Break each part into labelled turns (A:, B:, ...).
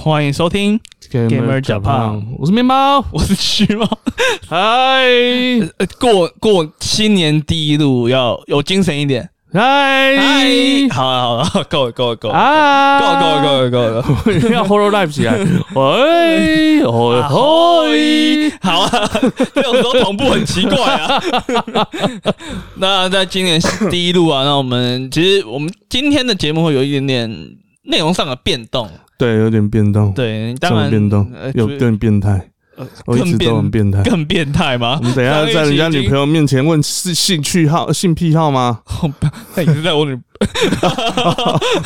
A: 欢迎收听，Gamer Japan
B: 我是面包，
A: 我是徐猫。
B: 嗨
A: 呃过过新年第一路要有精神一点。
B: 嗨
A: 嗨，好了好了， 够了够了够了，够了够了
B: 啊
A: 够了够了。够了
B: 我一定要 Horror Life 起来，喂，哦吼
A: 嗨， 好啊，这种时候同步很奇怪 啊。那在今年第一路啊，那我们其实我们今天的节目会有一点点内容上的变动，
C: 对，有点变动，
A: 对，
C: 这
A: 当
C: 么
A: 然
C: 变动
A: 呃，
C: 有
A: 主
C: 更变态，我一
A: 更
C: 直都很
A: 变
C: 变态。
A: 更变态 吗
C: 我？们等一下在人家女朋友面前问是性趣好、性癖好 吗？
A: 那你是在我女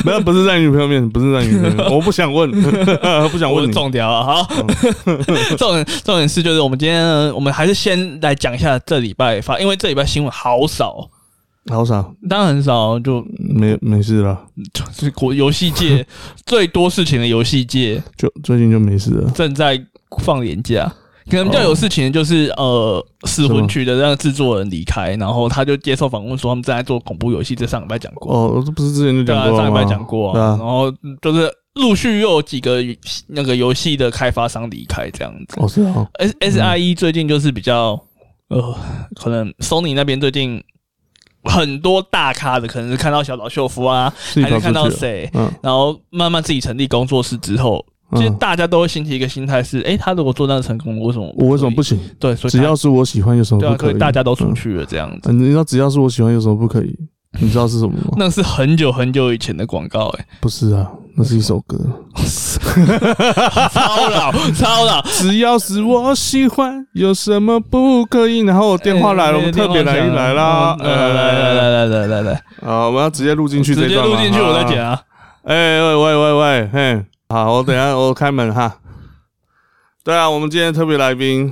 C: 没有，不是在女朋友面前，不是在女朋友 面前，我不想问， 不想
A: 我的
C: 问你。嗯
A: 重点啊，好， 重点重点是就是我们今天呢我们还是先来讲一下这礼拜发，因为这礼拜新闻好少，
C: 好傻，
A: 当然很少，就
C: 没没事了，
A: 就是国游戏界最多事情的游戏界
C: 就最近就没事了。
A: 正在放年假。可能比较有事情的就是、呃，死魂曲的那个制作人离开，然后他就接受访问说他们正在做恐怖游戏，这上礼拜讲过。
C: 哦，这不是之前就
A: 对啊
C: 讲，过
A: 上
C: 了
A: 礼
C: 吗？
A: 拜讲过
C: 对
A: 啊，
C: 啊
A: 然后就是陆续又有几个那个游戏的开发商离开这样子。
C: 哦，是啊，
A: S S I E 最近就是比较呃，可能 Sony 那边最近很多大咖的，可能是看到小岛秀夫啊，
C: 自己
A: 还
C: 跑
A: 是
C: 出去
A: 看到
C: 了。
A: 谁，
C: 嗯
A: 然后慢慢自己成立工作室之后，其实
C: 嗯，
A: 大家都会兴起一个心态是：诶，他如果做那成功，为什么可以
C: 我为什么不行？
A: 对？所以
C: 只
A: 他
C: 要是我喜欢，有什么
A: 对啊，
C: 不啊可
A: 所
C: 以？
A: 以大家都出去了这样子。
C: 嗯，你知道只要是我喜欢，有什么不可以？你知道是什么 吗？
A: 那是很久很久以前的广告、诶，
C: 不是啊，那是一首歌。
A: 超老超老，
C: 只要是我喜欢，有什么不可以？然后我哎电话来了，我们特别来一来啦，
A: 来来
C: 呃，
A: 来来来来来，
C: 啊，我们要直接录进去这
A: 直
C: 一
A: 接
C: 段吗，
A: 录进去，我再剪
C: 啊。
A: 啊。
C: 哎，喂喂喂喂，嘿，好，我等一下我开门哈。对啊，我们今天特别来宾，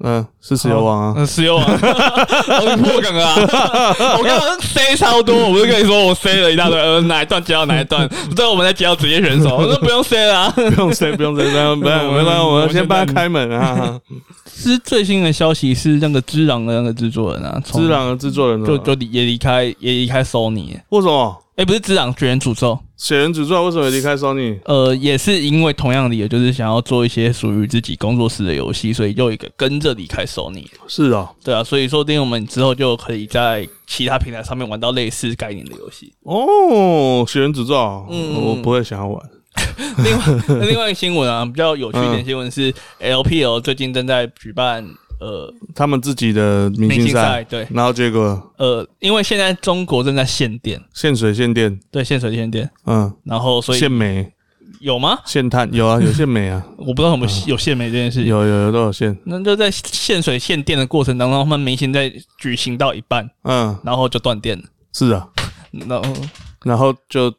C: 嗯，是石油王啊，
A: 嗯，石油 王，我哦破梗了 啊！我刚刚 C 超多，我不是跟你说我 C 了一大堆，呃，哪一段接到哪一 段，最后我们再接到职业选手，我说不用 C 了、啊。
C: 不用谁，不用谁，不用不用，没关系，我们先帮他开门 啊。
A: 是最新的消息是那个知朗的那个制作人啊，从
C: 知朗的制作人啊
A: 就就离也离开也离开 Sony，哎、
C: 为什么
A: 诶不是知朗，绝缘诅咒，
C: 雪人诅咒为什么离开 Sony？
A: 呃，也是因为同样的理由，就是想要做一些属于自己工作室的游戏，所以又一个跟着离开 Sony，
C: 是啊，
A: 对啊，所以说不定我们之后就可以在其他平台上面玩到类似概念的游戏。
C: 哦，雪人诅咒，
A: 嗯
C: 我不会想要玩。
A: 另 外另外一个新闻啊，比较有趣一
C: 嗯
A: 点新闻是 LPL 最近正在举办呃
C: 他们自己的明
A: 明
C: 星
A: 星赛，
C: 赛，
A: 对，
C: 然后结果
A: 呃，因为现在中国正在限电，
C: 限水限电，
A: 对，限水限电，
C: 嗯，
A: 然后所以
C: 限煤
A: 有吗？
C: 限碳有啊，有限煤 啊，
A: 我不知道有没有有限煤这件事情。
C: 有有有都有限，
A: 那就在限水限电的过程当中，他们明星在举行到一半，
C: 嗯，
A: 然后就断电了，
C: 是啊，
A: 然后
C: 然后就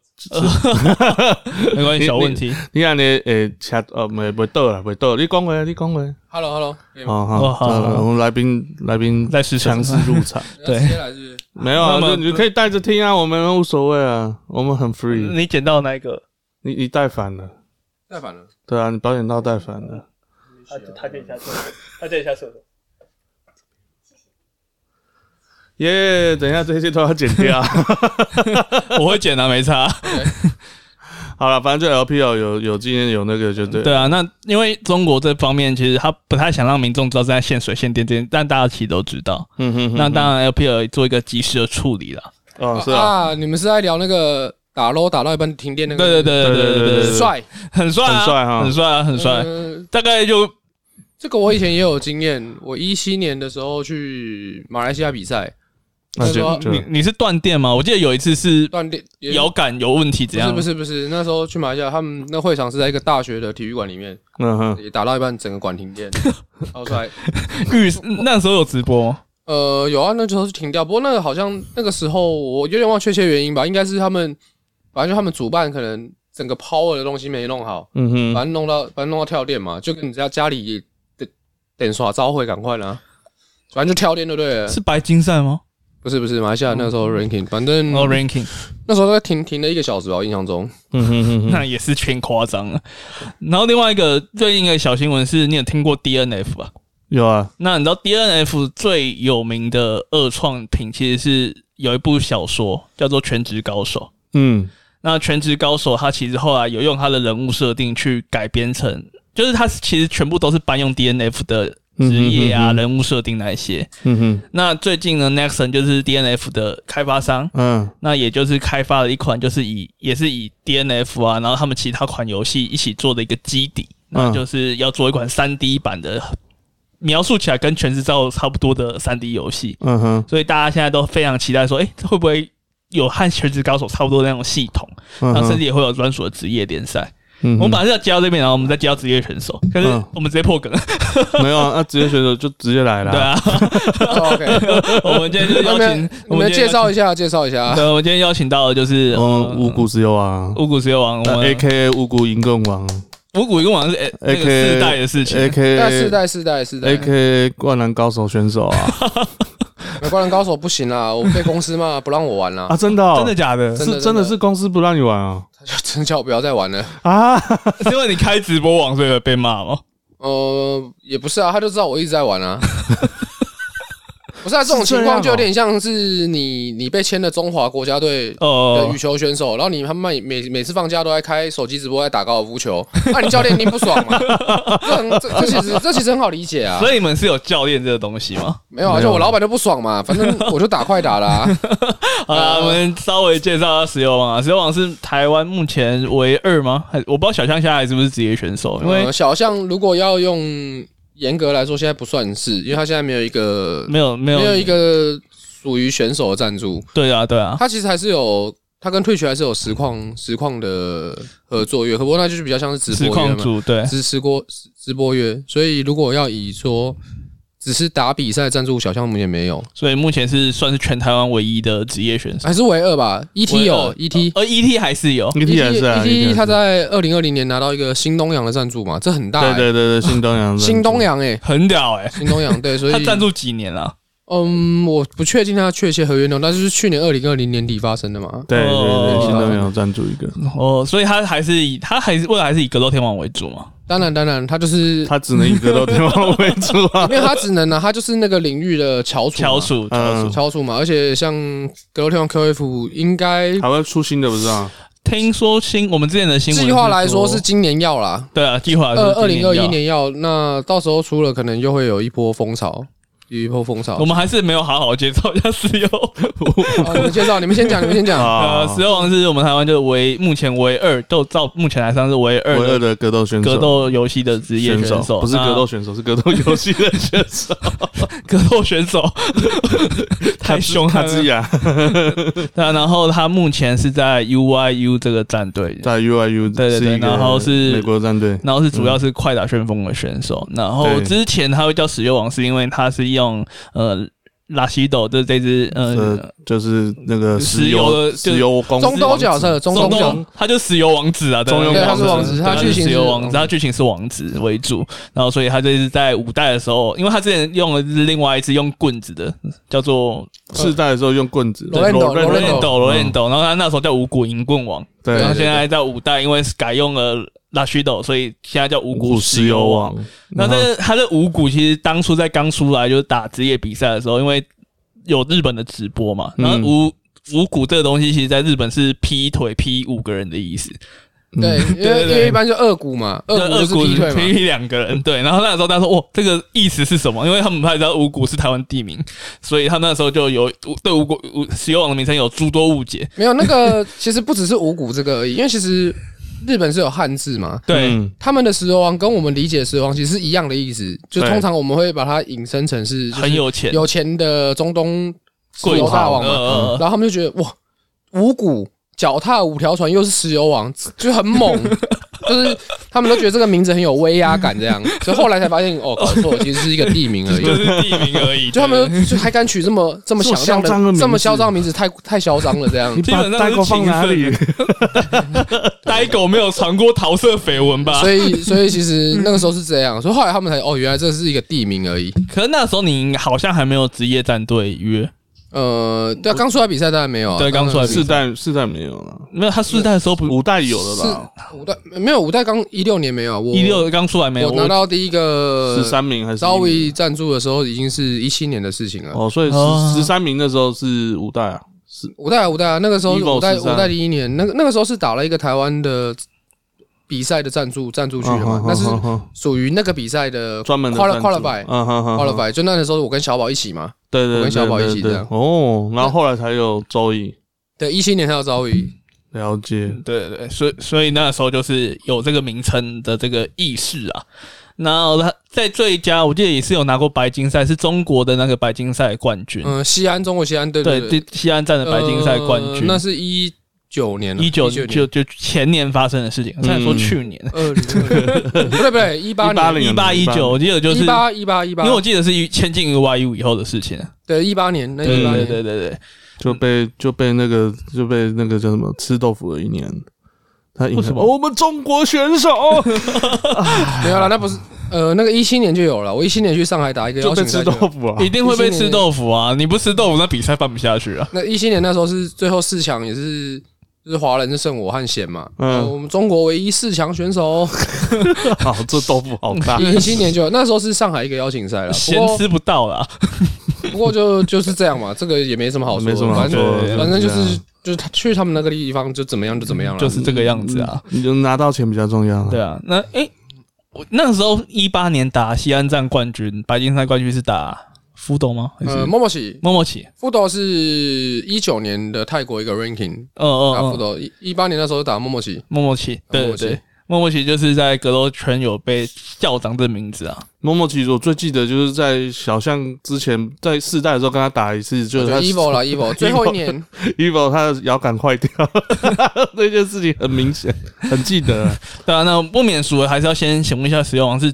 A: 没关系，小问题。
C: 你看你诶，掐呃没没倒了，没倒，你讲话你讲话，
B: Hello Hello，
C: 好
A: 哦好
C: 好好了，
A: 好
C: 我们来宾来宾
A: 再试试
C: 强势入场，
A: 对
B: 直接来是
C: 没有啊，
A: 那么
C: 就你可以带着听啊，我们无所谓啊，我们很 free，
A: 你捡到哪一个？
C: 你你带反了，
B: 带反了，
C: 对啊，你保险套带反了，
A: 他他捡下手，他捡下手。
C: 耶，等一下这些都要剪 掉。
A: 我会捡啊，没差。
C: 好了，反正就 LPL 有有今天有那个就对，
A: 对啊，那因为中国这方面其实他不太想让民众知道正在限水限电这件，但大家其实都知道。
C: 嗯哼哼
A: 那当然 LPL 做一个及时的处理了。
C: 哦是啊，
B: 啊，你们是在聊那个打 low 打到一半停电那
A: 对对
B: 个？
A: 对对对对对，
B: 帅
A: 很帅啊，
C: 很帅哈
A: 很帅啊，很帅。
B: 呃
A: 大概就
B: 这个我以前也有经验，我一七年的时候去马来西亚比赛，
A: 啊
C: 那就
B: 那
C: 就
A: 你你是断电吗？我记得有一次是
B: 断电也
A: 遥感有问题，
B: 不
A: 怎
B: 是
A: 样？
B: 不是不是，那时候去马来西亚，他们那会场是在一个大学的体育馆里面，
C: 嗯哼，
B: 也打到一半整个馆 停电，超帅。
A: 预那时候有直播吗，
B: 呃，有啊，那时候是停掉，不过那个好像那个时候我有点忘确切原因吧，应该是他们，反正就他们主办可能整个 power 的东西没弄好，
C: 嗯
A: 啊
C: 哼，
B: 反正弄到反正弄到跳电嘛，就跟你家家里的电耍召回赶快啦，啊反正就跳电就对了。
A: 是白金赛吗？
B: 不是不是，马来西亚那时候 ranking，反正
A: 哦，ranking
B: 那时候大概停停了一个小时吧，我印 象中。
C: 嗯哼哼哼，
A: 那也是偏夸张了。然后另外一个最近一个小新闻是，你有听过 DNF 吧？
C: 有啊，
A: 那你知道 DNF 最有名的二创品其实是有一部小说叫做《全职高手》。
C: 嗯，
A: 那《全职高手》它其实后来有用它的人物设定去改编成，就是它其实全部都是搬用 DNF 的职业啊、
C: 嗯哼嗯哼
A: 人物设定那一些。
C: 嗯哼，
A: 那最近呢，Nexon 就是 DNF 的开发商，
C: 嗯
A: 那也就是开发了一款，就是以也是以 DNF 啊，然后他们其他款游戏一起做的一个基底，
C: 嗯
A: 那就是要做一款三 D 版的，描述起来跟《全职照》差不多的三 D 游戏，
C: 嗯哼，
A: 所以大家现在都非常期待说，诶，这会不会有和《全职高手》差不多的那种系统？
C: 嗯
A: 然后
C: 哼
A: 甚至也会有专属的职业联赛。
C: 嗯哼
A: 我们本来是要接到这边，然后我们再接到职业选手，可是
C: 嗯
A: 我们直接破梗了，
C: 没有啊，那职业选手就直接来了，
A: 对，啊。
B: 哦 OK，
A: 我们今天就邀
B: 那
A: 请
B: 边，
A: 我
B: 我
A: 们
B: 们
A: 今天
B: 介
A: 邀
B: 绍一下，介绍一下
A: 请，。对，我们今天邀请到的就是呃
C: 嗯，无辜之忧啊
A: 五谷石油王，我们
C: ，A K A 无辜银盾王
A: 五谷一共好像是 A 那
C: A
A: 个
C: K
A: 世代的事情
C: ，A。K
B: 那四
C: A
B: 代四代四代
C: A，K A 灌篮高手选手啊
B: 那灌篮高手不行啦，我被公司骂，不让我玩啦
C: 啊，，真的哦
A: 真的假的？
B: 真的
C: 是真的是公司不让你玩啊
B: 他就真叫我不要再玩了。
C: 啊，
A: 是因为你开直播网所以被骂吗？
B: 呃，也不是啊，他就知道我一直在玩啊。不是啊，这种情
C: 是
B: 况
C: 这样哦
B: 就有点像是你你被签了中华国家队的
A: 哦
B: 羽，球选手，然后你他妈每每每次放假都在开手机直播在打高尔夫球，那、你教练一定不爽 嘛？这很这这其实这其实很好理解啊，
A: 所以你们是有教练这个东西 吗？
B: 没有啊，
C: 没有
B: 就我老板就不爽嘛，反正我就打快打啦、
A: 好啦，
B: 呃
A: 我们稍微介绍一下石油王啊。石油王是台湾目前唯二吗？还我不知道小象下来是不是职业选手，因为
B: 呃小象如果要用严格来说，现在不算是，因为他现在没有一个
A: 没有没
B: 没
A: 有
B: 有一个属于选手的赞助，
A: 对啊对啊，
B: 他其实还是有，他跟退学还是有实况实况的合作约，可不过那就是比较像是直
A: 实
B: 播约
A: 况
B: 嘛，
A: 组对
B: 直直播直播约。所以如果要以说只是打比赛赞助，小项目也没有，
A: 所以目前是算是全台湾唯一的职业选手。
B: 还是唯二吧。ET 有 E
A: 唯二
B: ET。
A: 呃，ET 还是有，
C: 一 T 也是啊
B: ET，他
C: 他
B: 在二零二零年拿到一个新东阳的赞助嘛，这很大、欸。
C: 对对对对，新东阳，
B: 新东，阳哎、
A: 很屌哎。
B: 新东阳对，所以
A: 他赞助几年了？
B: 嗯，我不确定他确切合约内容，但是是去年二零二零年底发生的嘛。
C: 对对对，
A: 哦
C: 新东阳赞助一个，
A: 哦，所以他还是以他还是未来还是以格斗天王为主嘛。
B: 当然，当然，他就是
C: 他只能以格斗天王为主 啊，
B: 没有，他只能呢、啊，他就是那个领域的翘楚嘛，
A: 翘楚，翘
C: 嗯
A: 楚，
B: 翘楚嘛。而且像格罗天王 QF 应该
C: 嗯还会出新的不是啊？
A: 听说新我们之前的新闻
B: 计划来
A: 说
B: 说是今年要啦，
A: 对啊，计划来
B: 二
A: 说
B: 二
A: 今
B: 零二一
A: 要，
B: 年要，那到时候出了可能又会有一波风潮，有一波风潮。
A: 我们还是没有好好介
C: 啊
A: 绍一下石油。
B: 哦你们介绍，你们先 讲，你们先讲。
A: 呃
C: 啊，，
A: 石油王是我们台湾就唯目前唯二，都照目前来算是唯二
C: 唯
A: 的
C: 二的格斗选手，
A: 格斗游戏的职业
C: 选
A: 手，
C: 不是格斗选手，是格斗游戏的选手，
A: 那格斗选手， 太凶
C: 他
A: 悍
C: 之
A: 了。
C: 牙
A: 那然后他目前是在 UIU 这个战队。
C: 在 U I U，
A: 对对对然后是
C: 美国战队，
A: 然后是主要是快打旋风的选手，然后
C: 对
A: 之前他会叫石油王，是因为他是用呃拉西斗的这支呃
C: 呃，就是那个
A: 石
C: 石
A: 油呃的
C: 油
A: 就是
C: 石油公司
B: 中东角色，中东角
A: 东，他就石油王子啊，对
C: 中庸
B: 对他是
C: 王
B: 王
C: 子
B: 子，
A: 对
B: 他
A: 他
B: 剧情
A: 是石
B: 是嗯
A: 油王子，他剧情是王子为主，然后所以他就是在五代的时候，因为他之前用的是另外一支用棍子的，叫做
C: 世代的时候用棍子，
B: Rolando，
A: 罗
B: Rolando
A: 连斗罗连
C: 嗯
A: 斗，然后他那时候叫五谷银棍王，
C: 对
A: 然后
B: 对
A: 现在在五代因为改用了。拉须斗，所以现在叫五
C: 五
A: 谷
C: 谷
A: 石
C: 石
A: 油
C: 油
A: 王。
C: 王，
A: 那这个他的五谷其实当初在刚出来就是打职业比赛的时候，因为有日本的直播嘛，然后
C: 嗯
A: 五五谷这个东西其实在日本是劈腿劈五个人的意思，
B: 对，因
A: 嗯对
B: 为
A: 对
B: 因
A: 对
B: 为一般就二股嘛，二股
A: 二
B: 就是劈腿嘛。
A: 劈两个人，对。然后那时候大家说，哇，这个意思是什么？因为他们不太知道五谷是台湾地名，所以他们那时候就有对五谷五石油王的名称有诸多误解。
B: 没有那个， 其实不只是五股这个而已，因为其实日本是有汉字嘛，
A: 对，
C: 嗯
B: 他们的石油王跟我们理解的石油王其实是一样的意思，就
C: 对
B: 通常我们会把它引申成是就是
A: 很有钱，
B: 有钱的中东石
A: 贵
B: 油
A: 族
B: 大王嘛，
A: 呃
B: 然后他们就觉得哇，五股脚踏五条船又是石油王， 就 很猛，就是他们都觉得这个名字很有威压感， 这样，所以后来才发现哦，搞错，其实是一个地名而
A: 就
B: 已。
A: 是地名而已。
B: 嗯 就他
A: 对
B: 们就还敢取这么这么
C: 这么
B: 响
C: 嚣张
B: 亮
C: 的
B: 的
C: 名字
B: 这么嚣张的名字，太太嚣张了，这 样
C: 你。
A: 基
C: 把
A: 本上
C: 代
A: 都
C: 购
A: 是
C: 放
A: 情
C: 哪
A: 色
C: 里？
A: 呆狗没有尝过桃色绯闻吧？
B: 所以，所以其实那个时候是这样，所以后来他们才哦，原来这是一个地名而已。
A: 可是那时候你好像还没有职业战队约，
B: 呃，对啊，刚出来比赛当然没有啊，
A: 对刚出来比赛
C: 世代世代没有了，
A: 没有他四代的时候不
C: 五代有了啦，
B: 五代没有五代刚一六年没有啊，我
A: 一六刚出来没有？
B: 我拿到第一个
C: 十三名还是
B: 稍微赞助的时候已经是一七年的事情了。
C: 哦，所以
A: 哦
C: 十十三名那时候是五代啊，
B: 五代啊五代啊，那个时候是
C: Evo
B: 五代
C: 13
B: 五代零一年，那个那个时候是打了一个台湾的比赛的赞助赞助区
C: 啊
B: 的嘛，
C: 嗯
B: 那是属于那个比赛的
C: 专门的
B: quali-
C: 赞助
B: qualify
C: 嗯哼哼
B: qualify，就那个时候我跟小宝一起嘛，
C: 对对，
B: 我跟小宝一起
C: 对对对
B: 这样
C: 哦，然后后来才有周易，
B: 对，一七年才有遭遇，
C: 了解，
A: 对对，对所以所以那时候就是有这个名称的这个意识啊。然后他在最佳，我记得也是有拿过白金赛，是中国的那个白金赛冠军。
B: 嗯，西安中国西安对
A: 对，
B: 对，
A: 第西安站的白金赛冠
B: 呃
A: 军，
B: 那是一九年了，
A: 一九
B: 19年
A: 就就前年发生的事情，我才说去年
B: 二零， 不对不对，一八
C: 18
B: 年，
A: 一
C: 嗯
A: 八一九，我记得就是
B: 一，八一八一八，
A: 因为我记得是一千进 YU 以后的事情。
B: 对一八年那
A: 对
B: 哎一八
A: 对
B: 年，
A: 对对对，
C: 就被就被那个就被那个叫什么吃豆腐的一年，他赢
A: 为什
C: 了
A: 么
C: 我们中国选 手，
B: 没有了，那不是呃那个一七年就有了，我一七年去上海打一个
C: 就
B: 邀
C: 被
B: 请
C: 吃
B: 赛
C: 豆
B: 就有，
C: 腐啊
A: 一，定会被吃豆腐啊！你不吃豆腐，那比赛办不下 去啊！
B: 那一七年那时候是最后四强也是。就是华人是剩我和贤嘛，
C: 嗯
B: 嗯，我们中国唯一四强 选手，
C: 好，这豆腐好大，
B: 一七年就有，那时候是上海一个邀请赛了，不
A: 咸
B: 过
A: 吃不到啦，
B: 不过就就是这样嘛，这个也没什么好说，
C: 没什么好
B: 反正
C: 说
A: 对
C: 的，
B: 反正就
C: 这
B: 是
C: 样嗯
B: 就是他去他们那个地方就怎么样就怎么样了，
A: 就是这个样子啊。
C: 你就拿到钱比较重要啊，
A: 对啊，那诶、我那时候一八年打西安站冠军，白金赛冠军是打福斗吗？还
B: 呃，
A: 是
B: 莫莫喜
A: 默默起？
B: 富斗是一九年的泰国一个 ranking，
C: 嗯
A: 哦
B: 打富
A: 哦哦，
B: 斗一一八年那时候打莫莫奇，
A: 默默起，对对
B: 默
A: 对
B: 契，
A: 默默起就是在格斗圈有被叫长这名字啊。
C: 默默其实我最记得就是在小象之前，在四代的时候跟他打一次，就
B: 就是
C: 他
B: evil 啦 evil，最后一年
C: evil 他的摇杆坏掉， 那件事情很明显，很记得。
A: 对啊，那不免俗的还是要先请问一下石油王是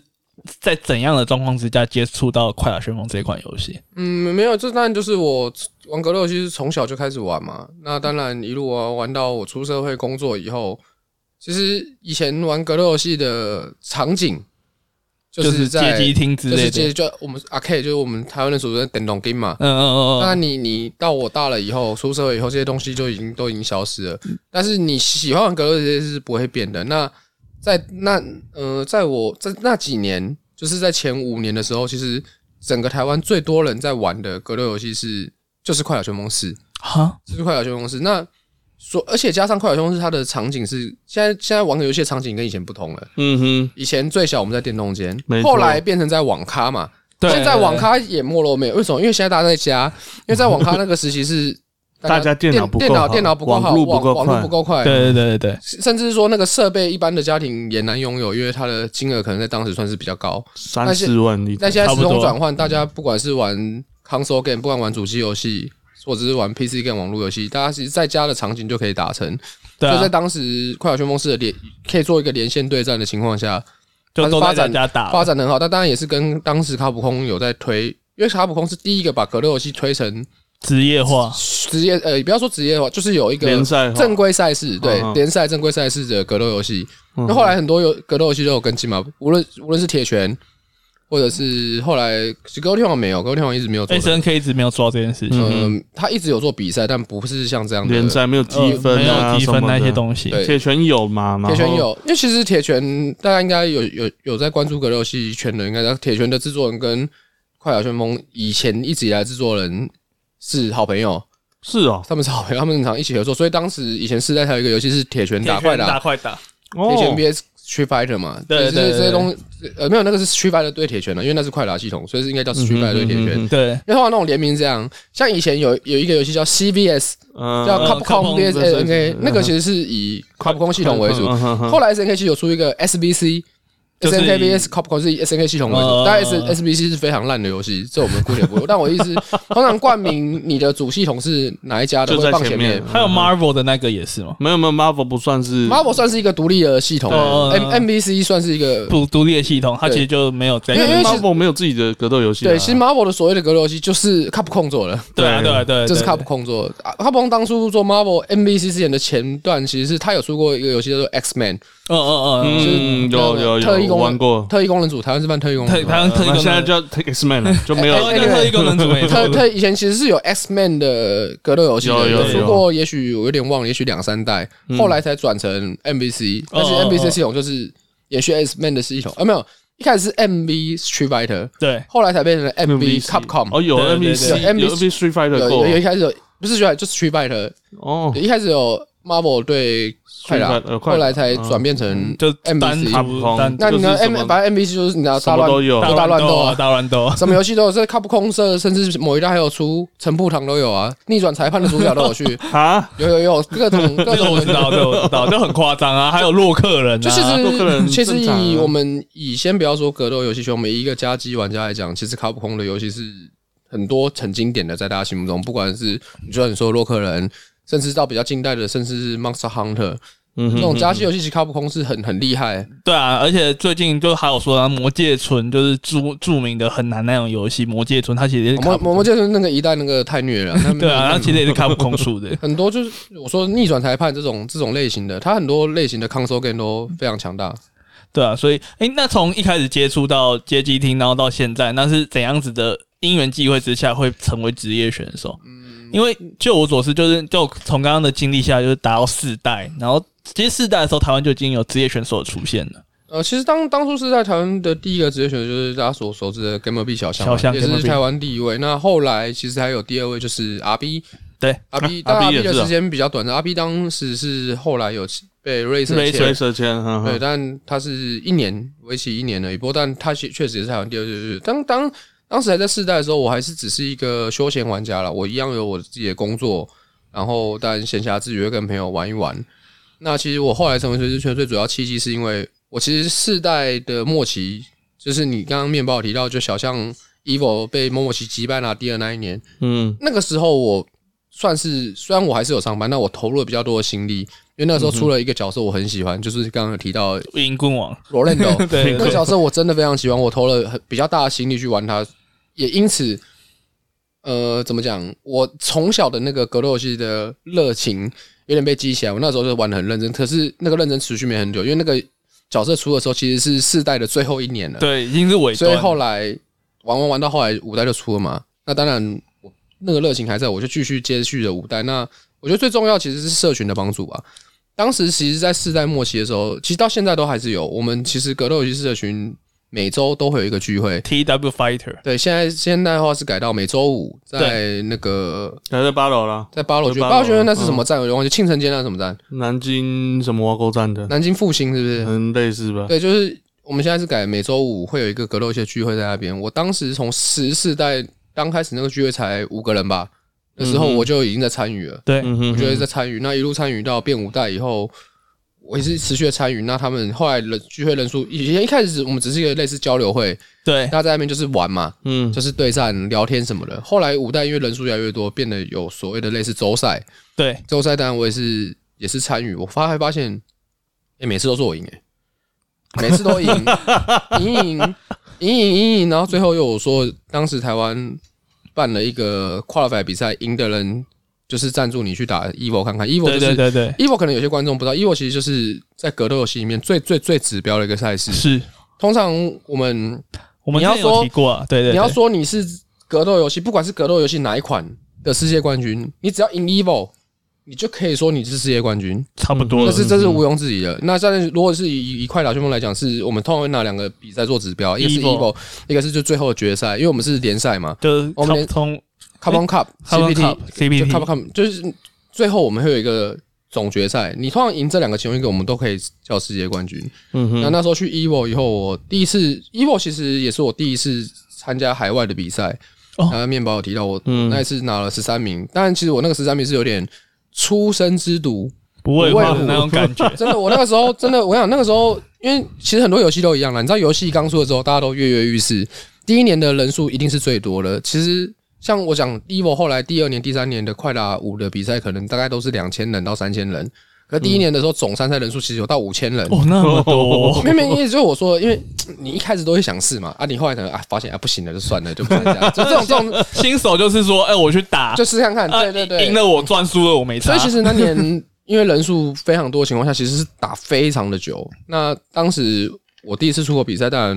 A: 在怎样的状况之下接触到《快打旋风》这一款游戏？
B: 嗯没有，这当然就是我玩格斗游戏是从小就开始玩嘛，那当然一路玩玩到我出社会工作以后，其实以前玩格斗游戏的场景就
A: 就是
B: 是
A: 街
B: 在
A: 机厅之
B: 就
A: 类的
B: 是街。就我们 arcade 就是我们台湾人所说的电动 game 嘛，
A: 嗯嗯
B: 那
A: 嗯
B: 你你到我大了以后，出社会以后，这些东西就已经都已经消失了。但是你喜欢玩格斗这些是不会变的。那在那呃，在我在那几年，就是在前五年的时候，其实整个台湾最多人在玩的格斗游戏是就是《快打旋风四》，
A: 哈，
B: 就是《快打旋风四》。那所而且加上《快打旋风四》它的场景是现在现在玩个游戏的场景跟以前不同了。
C: 嗯哼，
B: 以前最小我们在电动间
C: 没，错
B: 后来变成在网咖嘛，
A: 对，
B: 现在网咖也没落没有，为什么？因为现在大家在家，因为在网咖那个时期是呃
C: 大家电脑不够
B: 电
C: 好
B: 脑电脑不够
C: 网
B: 好，
C: 路不
B: 网
C: 够
B: 网
C: 快
B: 络不够快，
A: 对对对对对，
B: 甚至是说那个设备一般的家庭也难拥有，因为它的金额可能在当时算是比较高。
C: 三四万一台，
B: 但现在
A: 差不
B: 时
A: 多
B: 空转换，大家不管是玩 console game，不管玩主机游戏，或者是玩 PC 跟网络游戏，大家其实在家的场景就可以达成。
A: 对
B: 所以在
A: 啊，
B: 当时《快打旋风四》的连可以做一个连线对战的情况下，
A: 就都在
B: 发展
A: 家打
B: 发展得很好，但当然也是跟当时卡普空有在推，因为卡普空是第一个把格斗游戏推成
A: 职业化，
B: 职业，呃，也不要说职业化，就是有一个
C: 联赛哈
B: 正规赛事，对
C: 嗯嗯
B: 联赛正规赛事的格斗游戏。
C: 嗯
B: 那后来很多有格斗游戏都有跟进嘛，无论无论是铁拳，或者是后来其实格斗天王没有，格斗天王一直没
C: 哎
B: 有做
C: 啊
B: 的。
A: SNK 一直没有做到这件事情，
B: 嗯，他一直有做比赛，但不是像这样的
C: 联。赛没有积分
A: 呃没
C: 啊，
A: 有积分
C: 什么
A: 那
C: 的
A: 些东西。
B: 对
C: 铁拳有嘛？然后
B: 铁拳，有，因为其实铁拳大家应该有有有在关注格斗游戏圈的，应该知道铁拳的制作人跟快打旋风以前一直以来制作人是好朋友，
C: 是哦，
B: 他们是好朋友，他们很常一起合作，所以当时以前世代还有一个游戏是铁拳打快打，
A: 快打，
B: 铁拳
C: 哦，
B: VS Street Fighter 嘛，
A: 对
B: 就是
A: 对对
B: 这些东西，呃，没有那个是 Street Fighter 对铁拳的，因为那是快打系统，所以是应该叫 Street Fighter 对铁拳。
C: 嗯
A: 对，
B: 因为通常那种联名这样，像以前有有一个游戏叫 CVS，
C: 嗯
B: 叫
A: 呃
B: Capcom
A: Capcom
B: VS
C: versus-
B: NK，那
C: 嗯
B: 个其实是以 Capcom 系统为主，后来 SNK 系有出一个 SBC。
A: 就是
B: S N K V S Capcom 是以 S N K 系
C: 嗯
B: 统为主，
A: 呃
B: 但 S S B C 是非常烂的游戏，这我们姑且不论。但我意思，通常冠名你的主系统是哪一家的
C: 就
B: 会
C: 在
B: 放
C: 前
B: 面
C: 面，。
A: 还有 Marvel 的那个也是嘛，
C: 没有没有，Marvel 不算是
B: Marvel 算是一个独立的系统
A: 哦
C: 嗯
B: ，M M B C 算是一个
A: 独独立的系统，它
B: 嗯对
A: 其实就没有在
B: 因为因为其实
C: Marvel 没有自己的格斗游戏啊，
B: 对。其实 Marvel 的所谓的格斗游戏就是 Capcom 做的，
A: 对啊对啊对啊，
B: 这是
A: 对
B: Capcom 做的。啊 Capcom 当初做 Marvel M B C 之前的前段，其实是他有出过一个游戏叫做 X Man
A: 嗯嗯嗯
C: 嗯，
B: 就是
C: 有有
B: 特异
C: 有
B: 功能
C: 玩过，
B: 特异功能组，台湾是办特异
A: 嗯，
B: 功
A: 台
B: 能组
A: 台湾特异
C: 那
A: 功
C: 现在
A: 能，
C: 叫 Take X Man 了，就
B: 哎
C: 没有
A: 台湾的特异功能组没
B: 特
A: 错，
B: 特以前其实是有 X Man 的格斗游戏
C: 有
B: 的，
C: 有
B: 有出
C: 有
B: 过，也许我有点忘了，也许两三代，后来才转成 MVC，但是
A: 哦哦哦
B: MVC 系统就是延续 X Man 的系统，啊没有，一开始是 MV Street Fighter，
A: 对
B: 后来才变成 MV Capcom，
C: 哦有
A: 对对
C: MVC
B: 对
C: 有 MVC Street Fighter
B: 有
C: 过
B: 有有一开始有不是 Street Fighter，就是 Street Fighter。
C: 哦，
B: 一开始有 Marvel 对快打
C: Street，Fighter，呃快嗯
B: 后
C: 打
B: 来才转变成
A: 就单
B: MVC。
C: 卡普空
A: 独单
B: 那你
C: 就
B: 呢
C: 是什
B: ？M
C: 么
B: 反正 MVC 就是你拿
C: 什
B: 大
C: 么
B: 乱
C: 都有
B: 大乱斗啊，
A: 大乱斗啊，
B: 什么游戏都有，这卡普空社，甚至某一代还有出陈铺堂都有啊，逆转裁判的主角都 有去，
C: 啊，
B: 有有有 各种各
A: 这个
B: 种
A: 我知道，这个我知道，就很夸张啊，还有洛克人啊，
B: 就其
C: 洛克人
B: 实，其实
C: 正常啊
B: 以我们以先不要说格斗游戏圈，我们以一个家机玩家来讲，其实卡普空的游戏是很多很经典的，在大家心目中，不管是你就像你说的洛克人，甚至到比较近代的，甚至是 Monster Hunter
C: 嗯
B: 这
C: 哼，
B: 种家机游戏，其实卡普空是很很厉害。
A: 对啊，而且最近就还有说啊，《魔界村》就是著著名的很难那种游戏，《魔界村》它其实也是
B: 我
A: 卡
B: 们我们就是那个一代那个太虐了，他们
A: 对啊，它其实也是卡普空出的
B: 。很多就是我说逆转裁判这种这种类型的，它很多类型的 console game 都非常强大。
A: 对啊，所以诶，那从一开始接触到街机厅，然后到现在，那是怎样子的因缘际会之下会成为职业选手？
B: 嗯
A: 因为就我所知，就是就从刚刚的经历下，就是打到四代，然后其实四代的时候，台湾就已经有职业选手的出现了。
B: 呃，其实当当初是在台湾的第一个职业选手就是大家所熟知的 Gamer B 小象嘛，
A: 小象
B: 也是
A: Gamer B
B: 台湾第一位。那后来其实还有第二位就是 R B，
A: 对
B: ，R B，
C: 啊
B: 但 R
C: RB
B: B 的
C: 也是啊
B: 时间比较短的，R B 当时是后来有被瑞士
A: Racer
C: 水蛇签，哈
B: 对，
C: 哈，
B: 但他是一年为期一年而已。不过，但他确确实也是台湾第二，就是当当当时还在世代的时候，我还是只是一个休闲玩家啦，我一样有我自己的工作，然后但闲暇之余会跟朋友玩一玩。那其实我后来成为垂直圈最主要契机，是因为我其实世代的末期，就是你刚刚面包有提到，就小象 Evil 被某某奇击败拿第二那一年，
C: 嗯
B: 那个时候我算是虽然我还是有上班，但我投入了比较多的心力，因为那时候出了一个角色我很喜欢，就是刚刚有提到
A: 银棍王，
B: 罗兰斗
A: 对对
B: 哦那个
A: 对
B: 角色我真的非常喜欢，我投了很比较大的心力去玩它，也因此，呃，怎么讲？我从小的那个格斗游戏的热情有点被激起来，我那时候就玩的很认真，可是那个认真持续没很久，因为那个角色出的时候其实是世代的最后一年了，
A: 对，已经是尾
B: 嗯所以
A: 端。
B: 后来玩玩玩到后来五代就出了嘛，那当然我那个热情还在，我就继续接续着五代。那我觉得最重要其实是社群的帮助吧。当时其实，在四代末期的时候，其实到现在都还是有。我们其实格斗游戏社群每周都会有一个聚会。
A: TW Fighter，
B: 对，现在现在的话是改到每周五在那个
C: 还在八楼啦，
B: 在八楼区，
C: 在八
B: 八
C: 楼
B: 楼区那是什么站？我就忘记庆城街那是什么站？
C: 南京什么挖沟站的，
B: 南京复兴是不是？
C: 很类似吧？
B: 对，就是我们现在是改每周五会有一个格斗界聚会在那边。我当时从十四代刚开始那个聚会才五个人吧，那时候
C: 嗯哼
B: 我就已经在参与了，
A: 对，
C: 嗯哼，
B: 我就会在参与。那一路参与到变五代以后，我也是持续的参与。那他们后来人聚会人数，以前一开始我们只是一个类似交流会，
A: 对
C: 哎
B: 大家在那边就是玩嘛，
C: 嗯
B: 就是对战、聊天什么的。后来五代因为人数越来越多，变得有所谓的类似周赛。
A: 对，
B: 周赛当然我也是也是参与，我发还发现，哎、每次都是我赢哎、诶每次都赢，赢赢赢赢赢赢，然后最后又有说，当时台湾办了一个 qualify 比赛，赢的人就是赞助你去打 EVO 看看，EVO 就
A: 对
B: 是
A: 对对对，
B: EVO 可能有些观众不知道，EVO 其实就是在格斗游戏里面最最最指标的一个赛事。
A: 是
B: 通常我们
A: 我们
B: 你要
A: 之前有
B: 说
A: 提过啊，对对，
B: 你要
A: 对
B: 说你是格斗游戏，不管是格斗游戏哪一款的世界冠军，你只要赢 EVO，你就可以说你是世界冠军。
A: 差不多
B: 这
A: 了，
B: 是这是毋庸置疑的。那但是如果是以以快打旋风来讲，是我们通常会拿两个比赛做指标，一个是
A: EVO
B: EVO，一个是就最后的决赛，因为我们是联赛嘛
A: 就是
B: 我们连
A: 从
B: ，Cup on Cup、CPT、就 Cup on
A: CPT
B: Cup，就是最后我们会有一个总决赛，你通常赢这两个其中一个，我们都可以叫世界冠军。
C: 嗯
B: 那
C: 哼，
B: 那时候去 EVO 以后，我第一次 EVO 其实也是我第一次参加海外的比赛。
A: 哦
B: 然后面包有提到我
C: 嗯
B: 那一次拿了十三名，但其实我那个十三名是有点初生之犊，
A: 不会
B: 不会
A: 话的
B: 我，
A: 那种感觉
B: 真的，我那个时候 真的，我想那个时候，因为其实很多游戏都一样啦。你知道游戏刚出的时候，大家都跃跃欲试，第一年的人数一定是最多的。其实像我讲 EVO 后来第二年、第三年的快打五的比赛，可能大概都是两千人到三千人。可第一年的时候，总参赛人数其实有到五千 人。
A: 哦，那么多，
B: 明明意思就是我说，因为你一开始都会想试嘛，啊，你后来可能啊发现啊不行了，就算了，就不参加。就这种这种，
A: 新手就是说，哎，我去打，啊
B: 就试试看看。对对对，
A: 赢了我赚，输了我没差
B: 所以，其实那年因为人数非常多的情况下，其实是打非常的久。那当时我第一次出国比赛，当然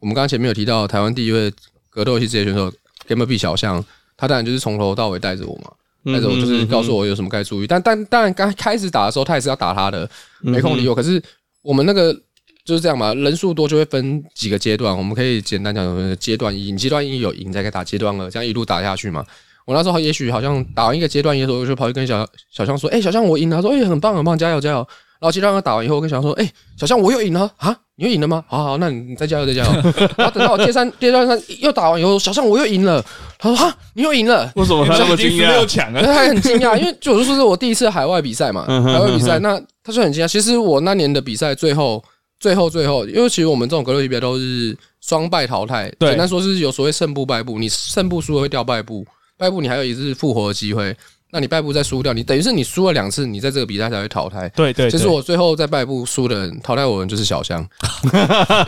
B: 我们刚刚前面有提到台湾第一位格斗游戏职业选手 Gamer B 小象，他当然就是从头到尾带着我嘛，带
C: 嗯
B: 着我就是告诉
C: 我，
B: 我有什么该注意。但但当然刚开始打的时候，他也是要打他的，
C: 嗯
B: 没空理我。可是我们那个就是这样嘛，人数多就会分几个阶段，我们可以简单讲，呃阶段一，你阶段一有赢才可以打阶段二，这样一路打下去嘛。我那时候也许好像打完一个阶段，也许我就跑去跟小小象说：“哎、小象我赢了。”他说：“哎、很棒很棒，加油加油。”然后阶段二打完以后，我跟小象说：“哎、小象我又赢了啊，你又赢了吗？好好，那你再加油再加油。”然后等到我阶三阶段三又打完以后，小象我又赢了。他说：“哈，你又赢了。”
C: 为什么他那 么惊
A: 已经十六
C: 讶？
A: 强
B: 可是
A: 了，
B: 他也很惊讶，因为就是说是我第一次海外比赛嘛，
C: 嗯哼
B: 海外比赛，那他就很惊讶。其实我那年的比赛最后、最后、最后，因为其实我们这种格斗级别都是双败淘汰，
A: 对
B: 简单说是有所谓胜部败部，你胜部输了会掉败部，败部你还有一次复活的机会，那你败部再输掉，你等于是你输了两次，你在这个比赛才会淘汰。
A: 对对，
B: 其实
A: 对
B: 我最后在败部输的人，淘汰我的人就是 小香，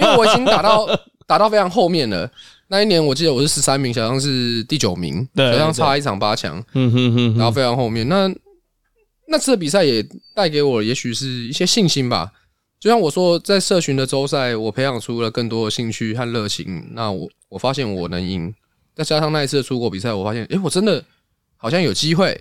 B: 因为我已经打到打到非常后面了。那一年我记得我是十三名，小香是第九名，
A: 对
B: 小香
A: 对
B: 差一场八强。
C: 嗯哼哼
B: 然后
C: 哼，
B: 非常后面。那那次的比赛也带给我，也许是一些信心吧。就像我说，在社群的周赛，我培养出了更多的兴趣和热情。那我我发现我能赢，再加上那一次的出国比赛，我发现，诶、我真的好像有机会，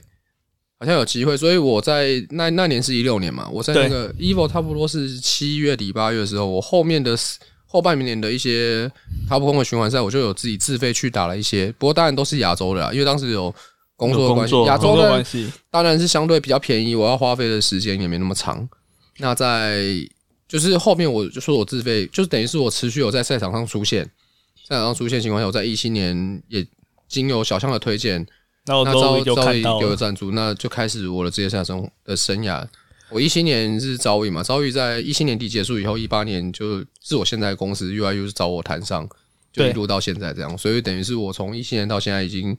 B: 好像有机会。所以我在那那年是一六年嘛，我在那个 EVO 差不多是七月底八月的时候，我后面的后半年的一些塔普空的循环赛，我就有自己自费去打了一些，不过当然都是亚洲的啦，因为当时有工作的关系
C: 有工，作
B: 亚
A: 工
B: 洲
A: 作
B: 的
A: 关系，
B: 当然是相对比较便宜，我要花费的时间也没那么长。那在就是后面我就说我自费，就是等于是我持续有在赛场上出现，赛场上出现情况下，我在一七年也经由小象的推荐，
A: 然后
B: 那
A: 周
B: 招
A: 围就
B: 招
A: 看
B: 易
A: 到
B: 给我
A: 了，
B: 赞助，那就开始我的职业赛生活的生涯。我一七年是招易嘛，招易在一七年底结束以后，一八年就是我现在的公司 UIU 是找我谈上，就
A: 对
B: 一路到现在这样，所以等于是我从一七年到现在已经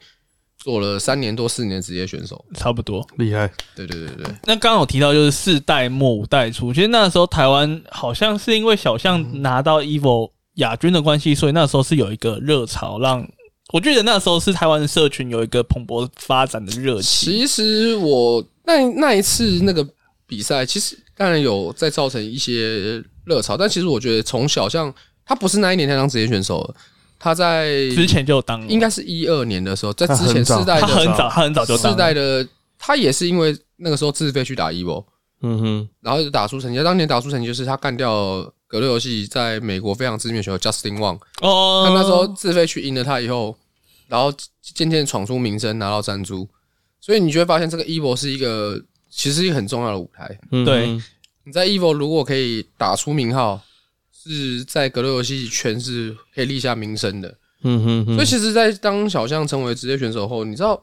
B: 做了三年多四年的职业选手。
A: 差不多。
C: 厉害，
B: 对对对对，
A: 那刚刚有提到就是四代末五代初，其实那时候台湾好像是因为小象拿到 EVO 亚军的关系，所以那时候是有一个热潮让。我记得那时候是台湾的社群有一个蓬勃发展的热情，
B: 其实我那那一次那个比赛，其实当然有在造成一些热潮，但其实我觉得从小像他不是那一年才当职业选手了，他在
A: 之前就有当了，
B: 应该是一二年的时候，在
C: 他
B: 之
C: 很
B: 前
C: 早
B: 世代
A: 他
B: 的
A: 很早，他很早就当
B: 世
A: 了，
B: 代的他也是因为那个时候自费去打 EVO，
C: 嗯哼，
B: 然后就打出成绩。当年打出成绩就是他干掉格斗游戏在美国非常知名的选手 Justin Wang，
A: 哦，
B: 他那时候自费去赢了他以后，然后渐渐闯出名声，拿到赞助，所以你就会发现这个 EVO 是一个其实是一个很重要的舞台。
C: 嗯哼
A: 对，
B: 你在 EVO 如果可以打出名号，是在格斗游戏圈是可以立下名声的。
C: 嗯哼哼，
B: 所以其实，在当小象成为职业选手后，你知道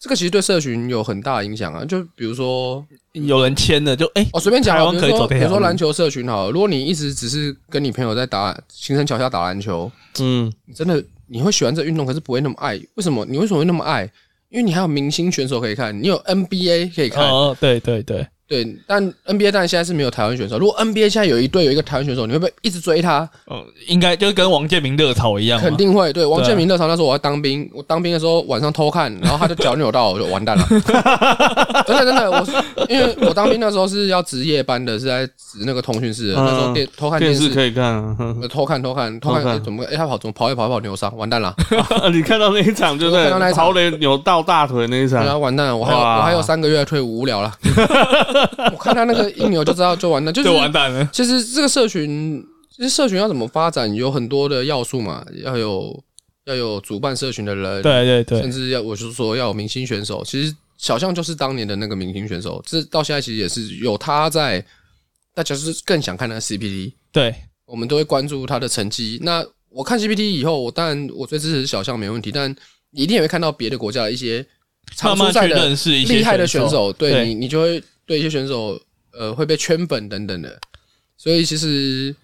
B: 这个其实对社群有很大的影响啊。就比如说，
A: 有人签了就哎、
B: 哦，随便讲
A: 台
B: 啊，
A: 湾
B: 比
A: 可以
B: 如
A: 走
B: 说
A: 这
B: 比
A: 条
B: 如说
A: 路
B: 篮球社群好了，如果你一直只是跟你朋友在打行程桥下打篮球，
C: 嗯
B: 你真的你会喜欢这运动，可是不会那么爱。为什么？你为什么会那么爱？因为你还有明星选手可以看，你有 NBA 可以看，
A: 哦，对对对，
B: 对。但 NBA 当然现在是没有台湾选手。如果 NBA 现在有一队有一个台湾选手，你会不会一直追他？
A: 哦，应该就跟王建民热潮一样嘛，
B: 肯定会。对，王建民热潮那时候我在当兵，我当兵的时候晚上偷看，然后他就脚扭到，我就完蛋了。真的真的，我是因为我当兵那时候是要值夜班的，是在值那个通讯室的，
C: 嗯
B: 那时候电偷看
C: 电
B: 电
C: 视
B: 视。
C: 可以看啊，呵
B: 呃偷看，偷看，偷看，
C: 偷看
B: 诶怎么？哎、他跑，怎么跑一跑一跑扭伤，完蛋了，
C: 呵你看到那一场就
B: 我看到那
C: 对，
B: 一场
C: 曹磊扭到大腿那一场
B: 然，后完蛋了，我还有
C: 哇
B: 我还有三个月的退伍，无聊了。我看他那个一扭就知道就完蛋，就是
A: 就完蛋了。
B: 其实这个社群，其实社群要怎么发展，有很多的要素嘛，要有要有主办社群的人，
A: 对对
B: 甚
A: 对，
B: 至要我是说要有明星选手，其实小象就是当年的那个明星选手，这到现在其实也是有他在，大家就是更想看他的 CPT，
A: 对，
B: 我们都会关注他的成绩。那我看 CPT 以后，我当然我最支持小象没问题，但你一定也会看到别的国家的一些常
A: 慢
B: 出
A: 慢
B: 赛
A: 去
B: 的
A: 认识一些
B: 厉害的选
A: 选，
B: 手，对
A: 对
B: 你你就会对一些选手呃会被圈粉等等的，所以其实。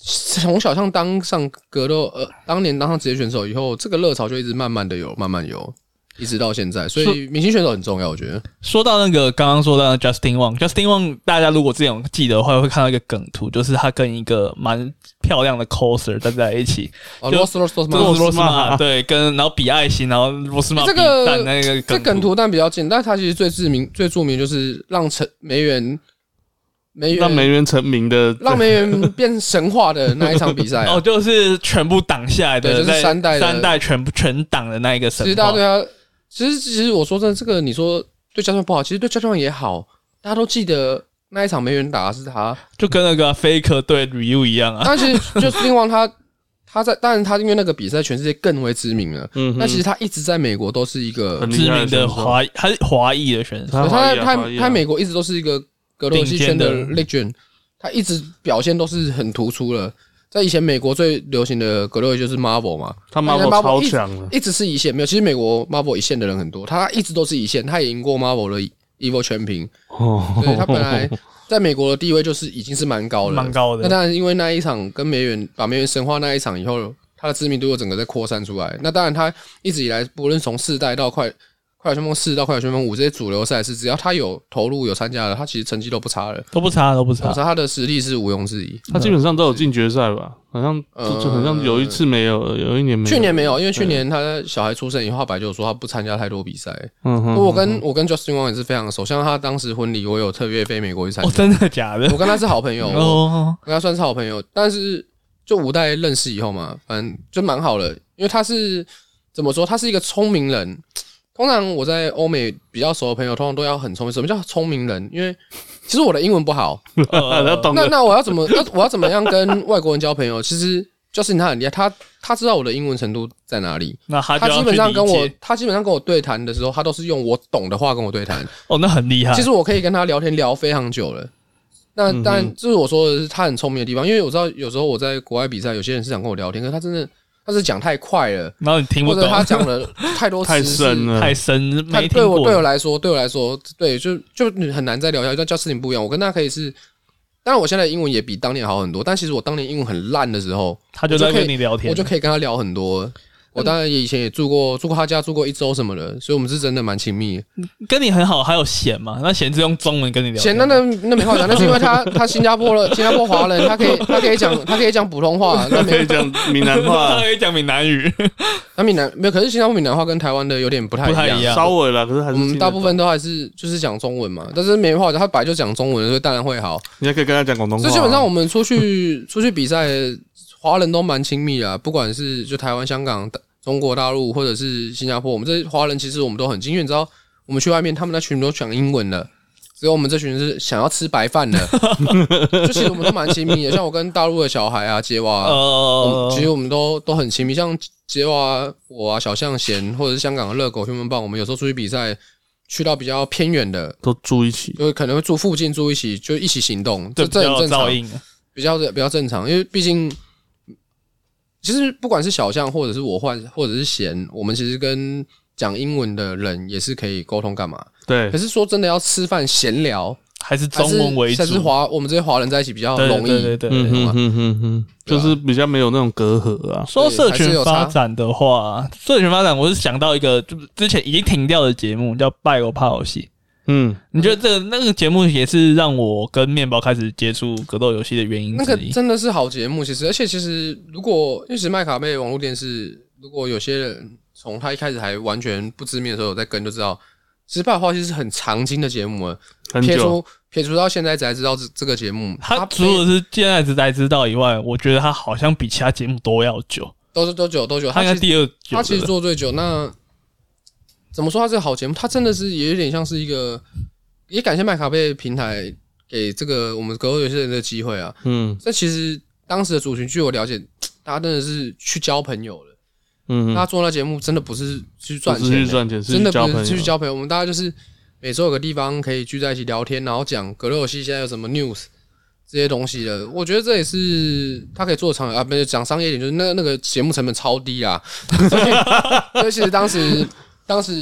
B: 从小像当上格斗，呃，当年当上职业选手以后，这个热潮就一直慢慢的有，慢慢有，一直到现在。所以明星选手很重要，我觉得。
A: 说到那个刚刚说到的 Justin Wang，Justin Wang，大家如果之前有记得的话，会看到一个梗图，就是他跟一个蛮漂亮的 coser 站在一 起，
B: 哦
A: 就
B: ，Ross Ross
A: 就
B: Ross
A: 是
B: Ross-
A: 罗斯
C: Rosmar
A: 玛对，跟然后比爱心，然后罗斯玛
B: 哎这
A: 比
B: 个
A: 赞那个
B: 这梗
A: 梗，
B: 图但比较简单，它其实最知名、最著名就是让陈梅园梅
C: 让梅
B: 园
C: 园成名的，
B: 让梅园变神话的那一场比赛、啊。
A: 哦，就是全部挡下来的，
B: 对就是
A: 在
B: 三代的
A: 三代全部全挡的那一个神
B: 其实大家
A: 话
B: 对，他，其实其实我说真的，这个你说对教练不好，其实对教练也好，大家都记得 那一场没人打是他，
A: 就跟那个 Faker 对 Ryu 一样啊，
B: 但其实就是另外他他在，当然他因为那个比赛全世界更为知名了。
C: 嗯哼，
B: 那其实他一直在美国都是一个
C: 很，厉
A: 知
C: 害
A: 名
C: 选手
A: 的华裔，他是华裔的选手，
C: 他
B: 他
C: 华
B: 在
C: 裔啊
B: 他
C: 华裔啊
B: 他美国一直都是一个格斗技圈的 legend，他一直表现都是很突出了。在以前美国最流行的格斗就是 Marvel 嘛，
C: 他
B: 哎他
C: Marvel
B: 在 Marvel
C: 超
B: 一直
C: 强了，
B: 一直是一线，没有。其实美国 Marvel 一线的人很多，他一直都是一线，他也赢过 Marvel 的 Evil 全屏，
C: 哦，
B: 所以他本来在美国的地位就是已经是蛮高了，
A: 蛮高
B: 那
A: 的。
B: 当然，因为那一场跟梅园把梅园神话那一场以后，他的知名度又整个在扩散出来。那当然，他一直以来不论从世代到快快打旋风四到快打旋风五这些主流赛事，只要他有投入有参加了，他其实成绩都不差了。
A: 都不差，都不
B: 我
A: 差。
B: 说他的实力是毋庸置疑。 嗯
C: 他基本上都有进决赛吧？好像就就好像有一次没有，有一年没有，
B: 呃去年没有，因为去年他小孩出生以后，他本来就有说他不参加太多比赛。
C: 嗯哼，
B: 我跟我跟 Justin Wang 也是非常熟，像他当时婚礼，我有特别飞美国去参
A: 哦，
B: 加，
A: 真的假的？
B: 我跟他是好朋友。我
A: 哦，
B: 跟他算是好朋友，但是就五代认识以后嘛，反正就蛮好的，因为他是怎么说，他是一个聪明人。通常我在欧美比较熟的朋友，通常都要很聪明。什么叫聪明人？因为其实我的英文 不好，
A: 哦
C: 啊 他懂
B: 那
C: 了，
B: 那我要怎么要我要怎么样跟外国人交朋友？其实就是他很厉害，他他知道我的英文程度在哪里。
A: 那他就
B: 他
A: 要
B: 基
A: 去
B: 本上跟
A: 理
B: 我
A: 解，
B: 他基本上跟我对谈的时候，他都是用我懂的话跟我对谈。
A: 哦，那很厉害。
B: 其实我可以跟他聊天聊非常久了。那
C: 嗯哼
B: 当然，这是我说的是他很聪明的地方，因为我知道有时候我在国外比赛，有些人是想跟我聊天，可是他真的他是讲太快了，
A: 然后你听不
B: 或
A: 懂
B: 者，他讲了太多
C: 太
B: 时事
C: 深。了，
A: 太深，
B: 他
A: 没听
B: 对我对
A: 过。
B: 我来说，对我来说，对就就很难再聊下去。但 Justin 不一样，我跟他可以是，当然我现在英文也比当年好很多，但其实我当年英文很烂的时候，
A: 他就在跟你聊天
B: 我就，可以跟他聊很多。我当然也以前也住过住过他家，住过一周什么的，所以我们是真的蛮亲密的。
A: 跟你很好，还有贤嘛？那贤是用中文跟你聊天
B: 钱
A: 吗，
B: 那那那没话讲，那是因为他他新加坡了，新加坡华人，他可以他可以讲他可以讲普通话，那
C: 可以
B: 没
C: 讲闽南
A: 他
C: 话，
A: 可以讲闽南语，
B: 那闽南没有，可是新加坡闽南话跟台湾的有点不太
A: 不太一
B: 一
A: 样
C: 稍微啦，可是还是
B: 我
C: 听
B: 们
C: 得
B: 大部
C: 懂
B: 分都还是就是讲中文嘛，但是没话讲，他本来就讲中文，所以当然会好。
C: 你还可以跟他讲广东话
B: 所
C: 啊，
B: 以基本上我们出去 出去比赛，华人都蛮亲密的啊，不管是就台湾、香港、大中国大陆或者是新加坡，我们这些华人其实我们都很亲，因为你知道我们去外面，他们那群都讲英文的。只有我们这群是想要吃白饭 的，就其实我们都蛮亲密的。像我跟大陆的小孩啊、杰娃、 啊，
A: 呃
B: 嗯，其实我们都都很亲密，像杰娃、我啊、小象贤，或者是香港的热狗、熊猫棒，我们有时候出去比赛，去到比较偏远的，
C: 都住一起，
B: 就可能会住附近住一起，就一起行动，这这
A: 比较
B: 很
A: 有
B: 正常
A: 噪。音啊，
B: 比较比较正常，因为毕竟其实不管是小象或者是我换或者是贤，我们其实跟讲英文的人也是可以沟通干嘛。
C: 对
B: 可，是说真的，要吃饭闲聊，
A: 还是中文为主
B: 还，是华我们这些华人在一起比较
A: 对
B: 容易。
A: 对对对对
C: 嗯
A: 对。
C: 哼哼哼哼，
B: 啊
C: 就是比较没有那种隔阂啊，
A: 说社群发展的话，社群发展，我是想到一个，就是之前已经停掉的节目叫《拜我怕游戏》。
C: 嗯，
A: 你觉得这个那个节目也是让我跟面包开始接触格斗游戏的原因
B: 那
A: 之
B: 个
A: 一？
B: 真的是好节目，其实而且其实如果因为其实麦卡贝网络电视，如果有些人从他一开始还完全不知名的时候有在跟，就知道。其实《霸话其实是很长青的节目了，
C: 很
B: 撇
C: 久，
B: 除撇除到现在才知道这这个节目，
A: 他
B: 非
A: 除了是现在只才知道以外，我觉得他好像比其他节目都要久，
B: 都是多久多久？
A: 他
B: 他
A: 应该
B: 其实
A: 第二久
B: 他其实
A: 了。
B: 做最久。那怎么说？他这个好节目，他真的是也有点像是一个，也感谢麦卡贝平台给这个我们格斗游戏人的机会啊。
C: 嗯
B: 这其实当时的主群，据我了解，大家真的是去交朋友了。
C: 嗯，
B: 大家做那节目真的不是去
C: 不
B: 赚
C: 是
B: 钱
C: 去
B: 的，
C: 赚钱，是
B: 真的
C: 交朋
B: 不
C: 友
B: 是去交朋友。我们大家就是每周有个地方可以聚在一起聊天，然后讲格斗游戏现在有什么 news 这些东西的。我觉得这也是他可以做长啊，不是讲商业一点，就是那那个节目成本超低啊。所以，所以其实当时当时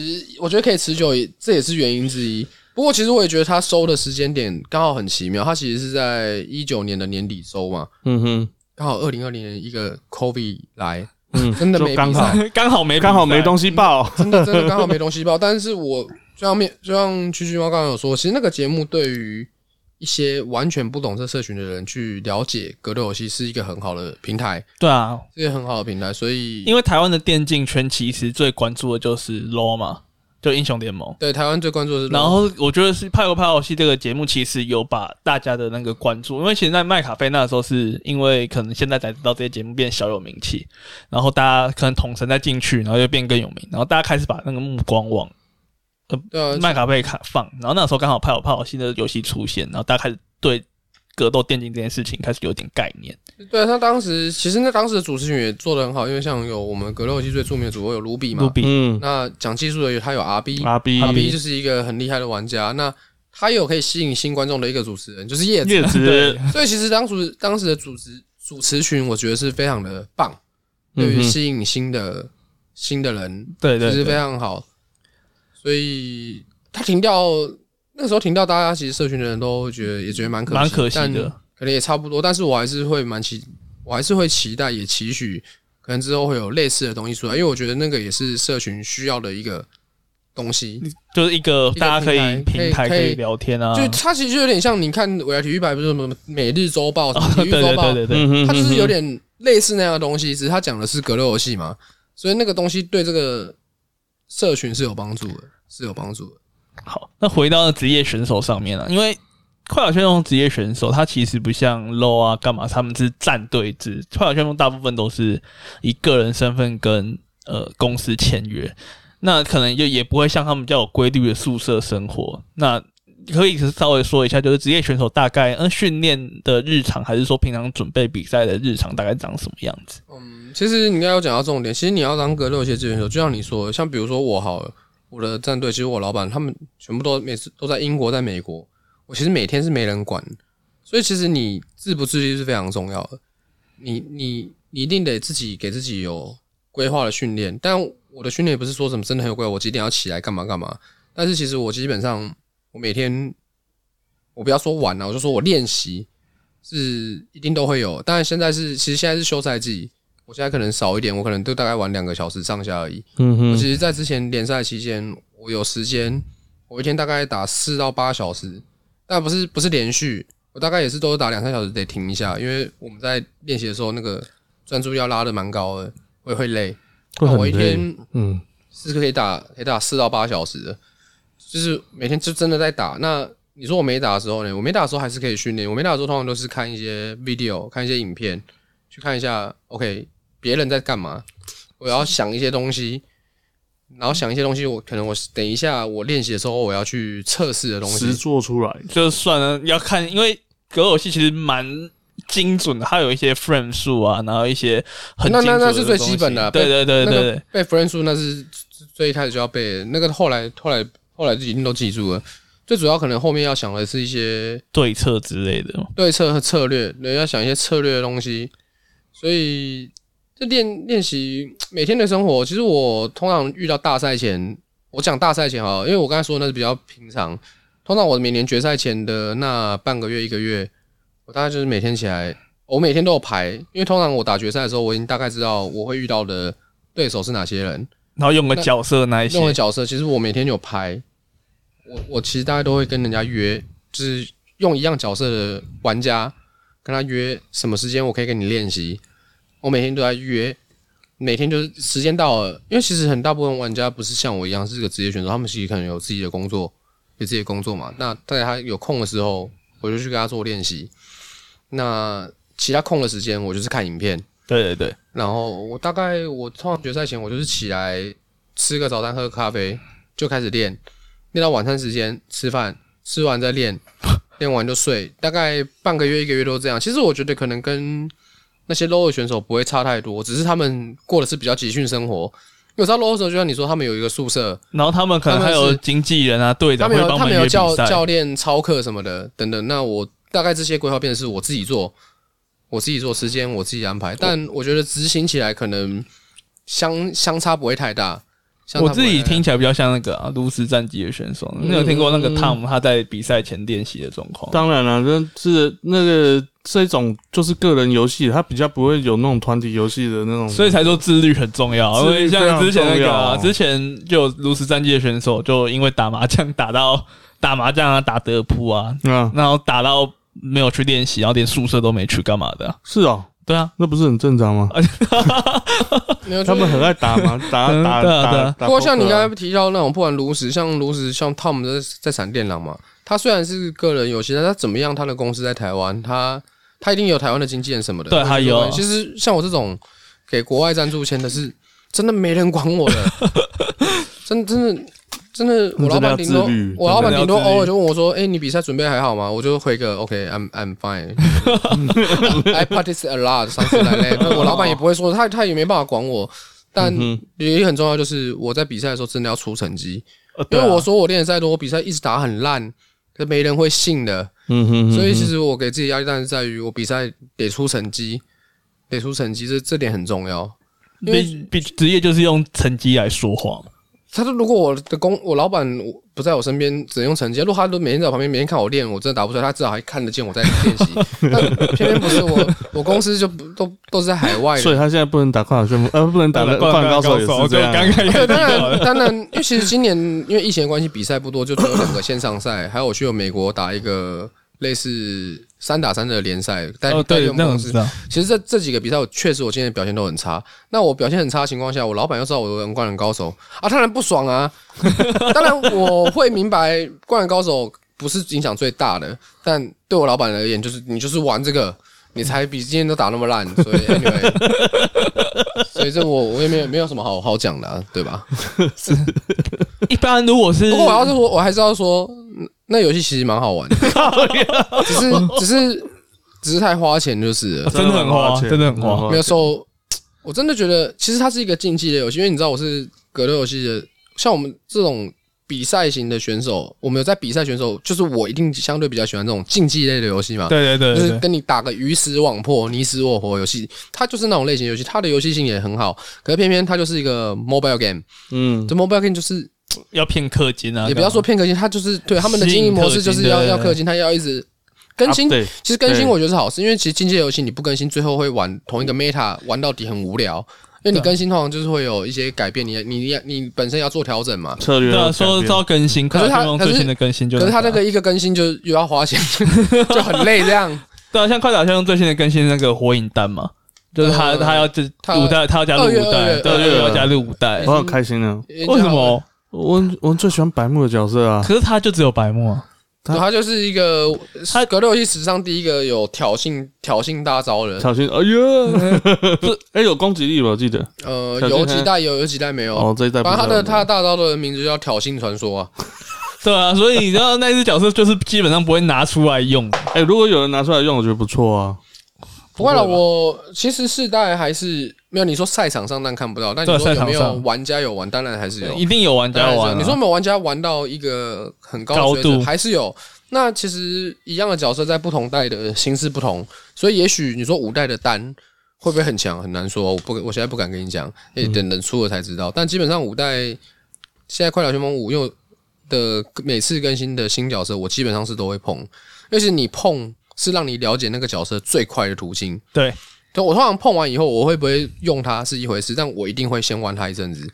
B: 我觉得可以持久也，这也是原因之一。不过，其实我也觉得他收的时间点刚好很奇妙，他其实是在一九年的年底收嘛，
C: 嗯哼，
B: 刚好二零二零年一个 COVID 来，
C: 嗯，
B: 真的
C: 就
B: 没
C: 刚
B: 比赛
C: 好
A: 刚好没
C: 刚好没东
A: 西，
C: 西爆，
B: 真的真的刚好没东西报。但是我就像面就像蛐蛐猫刚刚有说，其实那个节目对于一些完全不懂这社群的人去了解格斗游戏是一个很好的平台，
A: 对啊，
B: 是一个很好的平台。所以
A: 因为台湾的电竞圈其实最关注的就是 LO 嘛，就英雄联盟。
B: 对台湾最关注的是，
A: 然后我觉得是《派过派游戏》这个节目，其实有把大家的那个关注，因为其实，在麦卡菲那时候，是因为可能现在才知道这些节目变小有名气，然后大家可能统神再进去，然后就变更有名，然后大家开始把那个目光往
B: 对啊，
A: 麦卡贝卡放，然后那时候刚好《派我派游戏》的游戏出现，然后大家开始对格斗电竞这件事情开始有点概念。
B: 对啊，他当时其实那当时的主持人也做的很好，因为像有我们格斗游戏最著名的主播有卢比嘛，
A: 卢比，
C: 嗯，
B: 那讲技术的有他有 RB，
C: 阿 B
B: 阿 B 就是一个很厉害的玩家，那他有可以吸引新观众的一个主持人，就是叶子。
C: 叶子，
B: 所以其实当时当时的主持主持群，我觉得是非常的棒，对
C: 嗯
B: 于
C: 哼
B: 吸引新的新的人，
A: 对
B: 其
A: 对
B: 实非
A: 对，
B: 常好。所以他停掉那时候停掉，大家其实社群的人都觉得也觉得蛮可惜
A: 蛮可惜，
B: 但
A: 的。
B: 可能也差不多。但是我还是会蛮期，我还是会期待，也期许可能之后会有类似的东西出来，因为我觉得那个也是社群需要的一个东西。
A: 就是一个大家可以
B: 一个
A: 平
B: 平台
A: 台
B: 可
A: 可
B: 以
A: 以聊天啊，
B: 就它其实就有点像你看未来体育版不是什么每日周报、什
A: 哦对
B: 么体育周
A: 对
B: 报
A: 对，对对，
C: 嗯哼
B: 它就是
C: 哼
B: 有点类似那样的东西，只是它讲的是格斗游戏嘛，所以那个东西对这个社群是有帮助的，是有帮助的。
A: 好，那回到职业选手上面了、啊因为快打旋风职业选手，他其实不像 LO 啊干嘛，他们是战队制。快打旋风大部分都是以个人身份跟呃公司签约，那可能就也不会像他们比较有规律的宿舍生活。那可以稍微说一下，就是职业选手大概嗯训练的日常，还是说平常准备比赛的日常，大概长什么样子？
B: 嗯，其实你刚刚有讲到重点，其实你要当格斗游戏的志愿者，就像你说的，像比如说我好了，我的战队其实我老板他们全部都每次都在英国，在美国，我其实每天是没人管，所以其实你自不自律是非常重要的，你你你一定得自己给自己有规划的训练，但我的训练也不是说什么真的很有规划，我几点要起来干嘛干嘛，但是其实我基本上我每天我不要说玩了、啊我就说我练习。是一定都会有，当然现在是其实现在是休赛季，我现在可能少一点，我可能都大概玩两个小时上下而已。
C: 嗯
B: 我
C: 哼，
B: 其实，在之前联赛期间，我有时间，我一天大概打四到八小时，但不是不是连续，我大概也是都打两三小时得停一下，因为我们在练习的时候，那个专注力要拉的蛮高的，会会累。
C: 会很
B: 哦我一
C: 累，
B: 天
C: 嗯，
B: 是可以打可以打四到八小时的，就是每天就真的在打。那你说我没打的时候呢？我没打的时候还是可以训练。我没打的时候通常都是看一些 video，看一些影片，去看一下 OK 别人在干嘛，我要想一些东西，然后想一些东西，我可能我等一下我练习的时候我要去测试的东
C: 实
B: 西。
C: 做出来，
A: 就算了，要看，因为格斗游戏其实蛮精准的，它有一些 frame 数啊，然后一些很
B: 那
A: 精准
B: 那
A: 的
B: 那是最基本的啊
A: 东西对对对对
B: 那
A: 对
B: 个背 friend 数那是最一开始就要背的，那个后来后来后来就已经都记住了。最主要可能后面要想的是一些
A: 对策之类的嘛。
B: 对策和策略，你要想一些策略的东西。所以这练练习每天的生活，其实我通常遇到大赛前，我讲大赛前哈，因为我刚才说的那是比较平常。通常我每年决赛前的那半个月一个月，我大概就是每天起来，我每天都有排，因为通常我打决赛的时候，我已经大概知道我会遇到的对手是哪些人，
A: 然后用个角色那一些
B: 那，种角色，其实我每天有排，我我其实大概都会跟人家约，就是用一样角色的玩家跟他约什么时间我可以跟你练习，我每天都在约，每天就是时间到了，因为其实很大部分玩家不是像我一样是个职业选手，他们其实可能有自己的工作，有自己的工作嘛，那在他有空的时候，我就去跟他做练习，那其他空的时间我就是看影片。
A: 对对对，
B: 然后我大概我通常决赛前，我就是起来吃个早餐，喝个咖啡，就开始练，练到晚餐时间吃饭，吃完再练，练完就睡，大概半个月一个月都这样。其实我觉得可能跟那些 low 的选手不会差太多，只是他们过的是比较集训生活。有时候 low 的时候，就像你说，他们有一个宿舍，
A: 然后他们可能还
B: 他们
A: 有
B: 是
A: 经纪人啊、队
B: 他
A: 长
B: 们
A: 会
B: 有
A: 帮
B: 他们
A: 约
B: 有
A: 比
B: 教
A: 赛。
B: 教练操课什么的等等。那我大概这些规划变成是我自己做，我自己做时间我自己安排，但我觉得执行起来可能相相差不会太大。
A: 我
B: 相差不会
A: 自己
B: 太大
A: 听起来比较像那个啊，炉石战机的选手，你有听过那个 Tom 他在比赛前练习的状况？
C: 当然了、这是那个这种就是个人游戏，它比较不会有那种团体游戏的那种，
A: 所以才说自律很重要，因
C: 自律
A: 为
C: 非
A: 像
C: 常
A: 之前那个、
C: 重
A: 啊，
C: 要
A: 之前就有炉石战绩的选手，就因为打麻将打到打麻将啊、打德扑啊，
C: 啊，
A: 然后打到没有去练习，然后连宿舍都没去，干嘛的啊？
C: 是哦，
A: 对啊，
C: 那不是很正常吗？
B: 没有
C: 他们。
B: 就是
C: 很爱打 嘛，打
A: 嗯
C: 打
A: 对啊对
C: 打
A: 啊
C: 打。
B: 不过像你刚才提到那种，不管炉石，像炉石，像 Tom 在在闪电狼嘛，他虽然是个人游戏，但他怎么样，他的公司在台湾，他他一定有台湾的经纪人什么的。
A: 对他有
B: 其实像我这种给国外赞助签的是，真的没人管我的，真真的真的，
C: 嗯
B: 我老板顶
C: 真
B: 多
C: 的要自律，
B: 我老板顶多
A: 真的要自律
B: 偶尔就问我说：“哎、你比赛准备还好吗？”我就回个 “OK，I'm I'm fine 。”I practice a lot，上次来嘞，那我老板也不会说，他他也没办法管我。但
C: 嗯
B: 也很重要，就是我在比赛的时候真的要出成绩，
C: 呃
B: 因
C: 对啊
B: 为我说我练的再多，我比赛一直打很烂，这没人会信的。
C: 嗯哼，
B: 所以其
C: 实
B: 实我给自己压力，但是在于我比赛得出成绩，得出成绩，这这点很重要。因为
A: 毕毕职业就是用成绩来说话嘛。
B: 他说：“如果我的工，我老板不在我身边，只能用成绩。如果他都每天在我旁边，每天看我练，我真的打不出来。他至少还看得见我在 练习。但偏偏不是我，我公司就不都都是在海外
C: 所以
B: 的。
C: 他现在不能打快打旋风，呃，不能打那
A: 啊
C: 灌篮高手也是这
A: 对，刚
C: 样。啊
A: 刚
B: 对，当然，当然，因为其实今年因为疫情的关系，比赛不多，就只有两个线上赛，还有我去美国打一个类似三打三的联赛。但
A: 哦，对，那种
B: 种
A: 知道，
B: 其实这这几个比赛，我确实我今天的表现都很差。那我表现很差的情况下，我老板又知道我玩灌篮高手啊，当然不爽啊。 当然我会明白灌篮高手不是影响最大的，但对我老板而言，就是你就是玩这个，你才比今天都打那么烂，所以 anyway，所以这我我也没有没有什么好好讲的、啊，对吧？
A: 一般如果是
B: 不过我要是说，我还是要说，嗯那游戏其实蛮好玩的， 只是只是只是太花钱就是了。
A: 真的很花真的很花
C: 嗯
B: 没有受。我真的觉得，其实它是一个竞技类游戏，因为你知道我是格斗游戏的，像我们这种比赛型的选手，我们有在比赛选手，就是我一定相对比较喜欢这种竞技类的游戏嘛，
A: 对对对
B: 就是
A: 对对，
B: 跟你打个鱼死网破、你死我活游戏，它就是那种类型游戏，它的游戏性也很好，可是偏偏它就是一个 mobile game，
C: 嗯，
B: 这 mobile game 就是
A: 要骗氪金啊，嗯
B: 也不要说骗氪金，它就是对他们的经营模式就是要
A: 吸引氪金对
B: 要氪金，它要一直更新，
C: 对，
B: 其实更新
C: 对
B: 我觉得是好事，因为其实竞技游戏你不更新，最后会玩同一个 meta 玩到底很无聊。因为你
A: 嗯对
B: 更新通常就是会有一些改变，你你你你本身要做调整嘛。
C: 策略
A: 对
C: 要
A: 啊，
C: 改
A: 说
C: 变
A: 到更新，
B: 可是它
A: 快打旋风
B: 可是
A: 最新的更新就啊
B: 可是他
A: 很
B: 那
A: 大
B: 个一个更新就又要花钱， 就很累这样。
A: 对啊，像快打旋风最新的更新那个火影弹嘛，就是他
B: 呃
A: 他要这
B: 他
A: 五代，他要加入
B: 二月
A: 五代，
B: 二月
A: 对
B: 二
A: 对，
B: 月
A: 要加入五代
B: 嗯
C: 我，很开心呢。
A: 为什？么？
C: 我我最喜欢白木的角色啊，
A: 可是他就只有白木啊，
B: 对他就是一个
A: 他
B: 格斗游戏史上第一个有挑衅挑衅大招的。
C: 小心，哎呀， 哎，有攻击力吧？我记得
B: 呃，
C: 挑衅
B: 有几代有，有几代没有。
C: 哦，这一代不是
B: 反正他
C: 有
B: 的他的大招的名字就叫挑衅传 说啊。
A: 对啊，所以你知道那只角色就是基本上不会拿出来用，
C: 哎，如果有人拿出来用，我觉得不错啊。
B: 不会了，
A: 不会吧
B: 我其实世代还是没有。你说赛场上但看不到，但你
A: 对
B: 说有
A: 赛
B: 没有
A: 场上
B: 玩家有玩？当然还 是有，
A: 一定有玩
B: 当
A: 家
B: 然是有哦
A: 玩啊。
B: 你说有没有玩家玩到一个很高的
A: 高
B: 水准
A: 度
B: 还是有。那其实一样的角色在不同代的形式不同，所以也许你说五代的单会不会很强，很难说。我不，我现在不敢跟你讲，也等等出了
A: 嗯
B: 才知道。但基本上五代现在《快乐旋风五》又的每次更新的新角色，我基本上是都会碰，而且你碰是让你了解那个角色最快的途径。
A: 对，
B: 对我通常碰完以后，我会不会用它是一回事，但我一定会先玩它一阵子。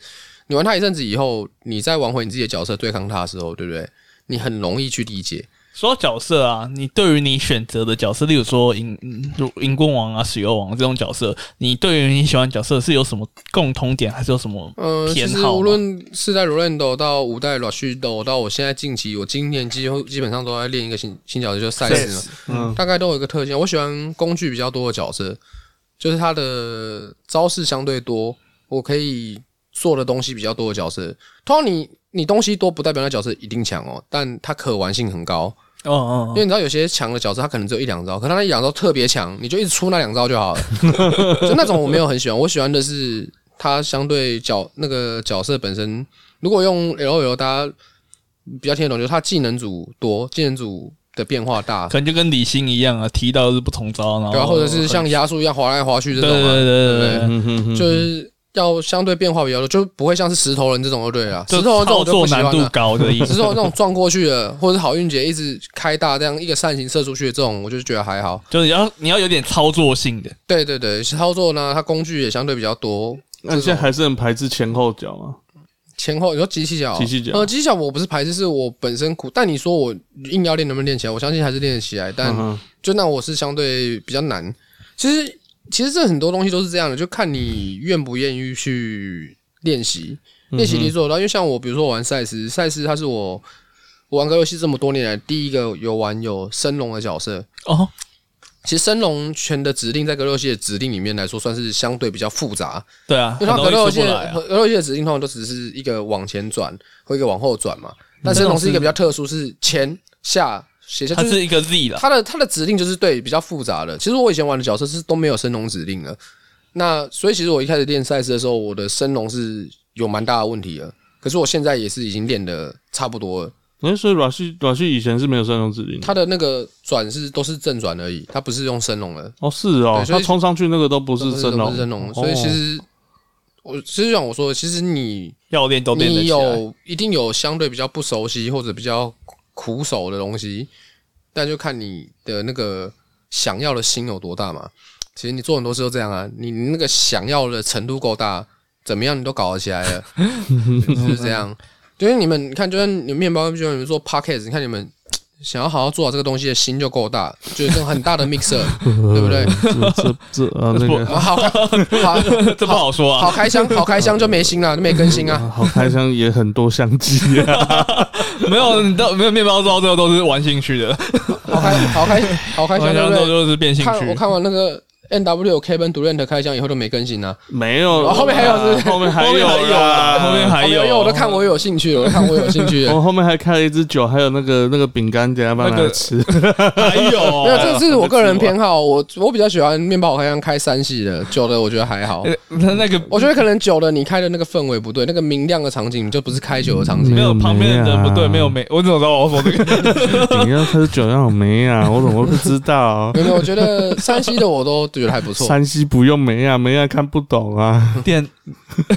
B: 你玩它一阵子以后，你再玩回你自己的角色对抗它的时候，对不对？你很容易去理解。
A: 说到角色啊，你对于你选择的角色，例如说银嗯如银棍王啊、石油王这种角色，你对于你喜欢的角色是有什么共同点，还是有什么？
B: 嗯、其
A: 偏
B: 实
A: 好吗
B: 无论四代 Rolando 到五代 r a s h i d o 到我现在近期，我今年几乎基本上都在练一个新新角色，就是赛事嘛，
C: 嗯，
B: 大概都有一个特性。我喜欢工具比较多的角色，就是他的招式相对多，我可以做的东西比较多的角色。通常你你东西多不代表那角色一定强哦，但它可玩性很高。
A: 哦哦
B: 因为你知道有些强的角色，他可能只有一两招，可他那一两招特别强，你就一直出那两招就好了。 就那种我没有很喜欢，我喜欢的是他相对角那个角色本身。如果用 L L，大家比较听得懂，就是他技能组多，技能组的变化大，
A: 可能就跟李欣一样啊，提到的是不同招，然后
B: 对啊吧、或者是像压缩一样滑来滑去这
A: 对
B: 种、
A: 对
B: 啊，
A: 对对对对，
C: 嗯哼哼
B: 就是要相对变化比较多，就不会像是石头人这种就对了。石头人这种
A: 操
B: 我就
A: 作
B: 不喜欢
A: 难
B: 了
A: 度。高的意
B: 只
A: 思。
B: 是我那种撞过去的，或者是好运姐一直开大这样一个扇形射出去的这种，我就觉得还好。
A: 就是你要你要有点操作性的，
B: 对对对，操作呢，它工具也相对比较多，
C: 那你现在还是很排斥前后脚啊？
B: 前后你说机器脚，
C: 机器脚
B: 呃，机器脚我不是排斥，是我本身苦，但你说我硬要练能不能练起来，我相信还是练得起来，但、
C: 嗯哼
B: 就那我是相对比较难。其实其实这很多东西都是这样的，就看你愿不愿意去练习，
C: 嗯
B: 练习力做得到。因为像我，比如说我玩赛斯，赛斯它是我我玩格斗游戏这么多年来第一个有玩有升龙的角色，
A: 哦，
B: 其实升龙拳的指令在格斗游戏的指令里面来说，算是相对比较复杂，
A: 对啊，
B: 因为它
A: 很
B: 格
A: 容
B: 斗游
A: 易
B: 戏
A: 出不来啊。
B: 格斗游戏的指令通常都只是一个往前转和一个往后转嘛。但升龙是一个比较特殊，是前下斜下，
A: 它
B: 就是
A: 是一个 Z 啦，
B: 它的它的指令就是对比较复杂的。其实我以前玩的角色是都没有升龙指令的，那所以其实我一开始练赛事的时候，我的升龙是有蛮大的问题的。可是我现在也是已经练的差不多了，
C: 哎，所以软系软系以前是没有三种指令的。
B: 它的那个转是都是正转而已，它不是用升龙了。
C: 哦，是哦
B: 对，所
C: 他
B: 以
C: 冲上去那个都不
B: 不
C: 是真
B: 都
C: 龙，
B: 不是真龙，所以
C: 哦
B: 其实我其实像我说的，其实你
A: 要练都练得
B: 你
A: 起来。
B: 有一定有相对比较不熟悉或者比较苦手的东西，但就看你的那个想要的心有多大嘛。其实你做很多事都这样啊，你你那个想要的程度够大，怎么样你都搞得起来 了，就是这样。就是你们，你看，就算你们面包，就算你们做 podcast，你看你们想要好好做好这个东西的心就够大，就是这种很大的 mixer，对不对？
C: 这这 呃那个
B: 啊好，好，
A: 这不好说
B: 好
A: 啊，
B: 开箱，好开箱就没心了，就没更新啊。
C: 啊好开箱也很多相机 啊，
A: 没有你到没有面包到最后都是玩兴趣的，
B: 好开，好开，好开
A: 玩
B: 箱，对
A: 到
B: 不
A: 最后
B: 对？
A: 都是变兴
B: 看我
A: 趣。
B: 看完那个 N W Kevin Durant 的开箱以后都没更新啊，
C: 没有啦，
B: 哦后面还有是不是
C: 后面还有
A: 后面还有啊
C: 啦
A: 啦后面还
B: 哦没因为我都看我有兴趣了，我都看我有 兴趣了。
A: 哦
C: 我哦后面还开了一支酒，还有那个那个饼干，等一下帮大
A: 那
C: 家
A: 个
C: 吃。
A: 还有啊
B: 没有，这是我个人偏好，我我比较喜欢面包我开箱开三系的，酒的我觉得 还好。
A: 他哎那个
B: 我觉得可能酒的你开的那个氛围不对，那个明亮的场景就不是开酒的场景
A: 没。有旁边的人不对，
C: 没
A: 没
C: 有
A: 有没，我怎么知道我要说这个？
C: 你要喝酒让我没啊？我怎么会不知道？
A: 嗯
B: 没有，没有我觉得山西的我都觉得还 不错。
C: 山西不用没啊，没啊看不懂啊。
A: 点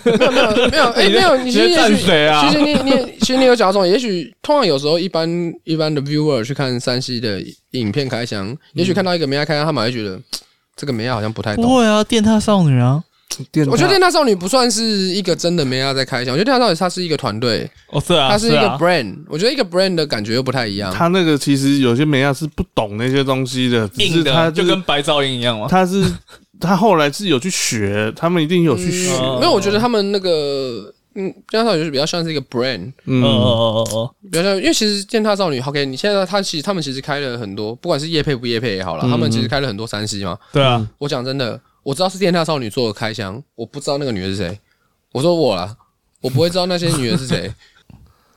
B: 没有没有没有，哎、
A: 你
B: 没
A: 在
B: 有，你其实
A: 你在
B: 也
A: 赞
B: 许
A: 谁啊
B: 其实你你其实你有讲到这种，也许通常有时候一般一般的 viewer 去看山西的影片开箱，也许看到一个梅亚开箱，他们会觉得嘖这个梅亚好像不太 懂。
A: 会啊，电踏少女啊，
B: 我觉得电大少女不算是一个真的梅亚在开箱，我觉得电大少女她是一个团队，
A: 哦是啊，
B: 她是一个
A: 啊
B: brand，我觉得一个 brand 的感觉又不太一样。
C: 他那个其实有些美亚是不懂那些东西的，只
A: 硬
C: 是他
A: 的，
C: 就
A: 就是跟白噪音一样嘛。
C: 他是他后来是有去学，他们一定有去学。
A: 哦
B: 因为我觉得他们那个嗯，电大少女就是比较像是一个 brand，
A: 嗯哦
C: 嗯，
A: 哦哦哦，
B: 比如说，因为其实电塔少女，OK，你现在他其实他们其实开了很多，不管是夜配不夜配也好了，
C: 嗯
B: 他们其实开了很多三 C 嘛。
A: 对啊，
B: 我讲真的，我知道是电塔少女做的开箱，我不知道那个女的是谁。我说我啦，我不会知道那些女的是 谁。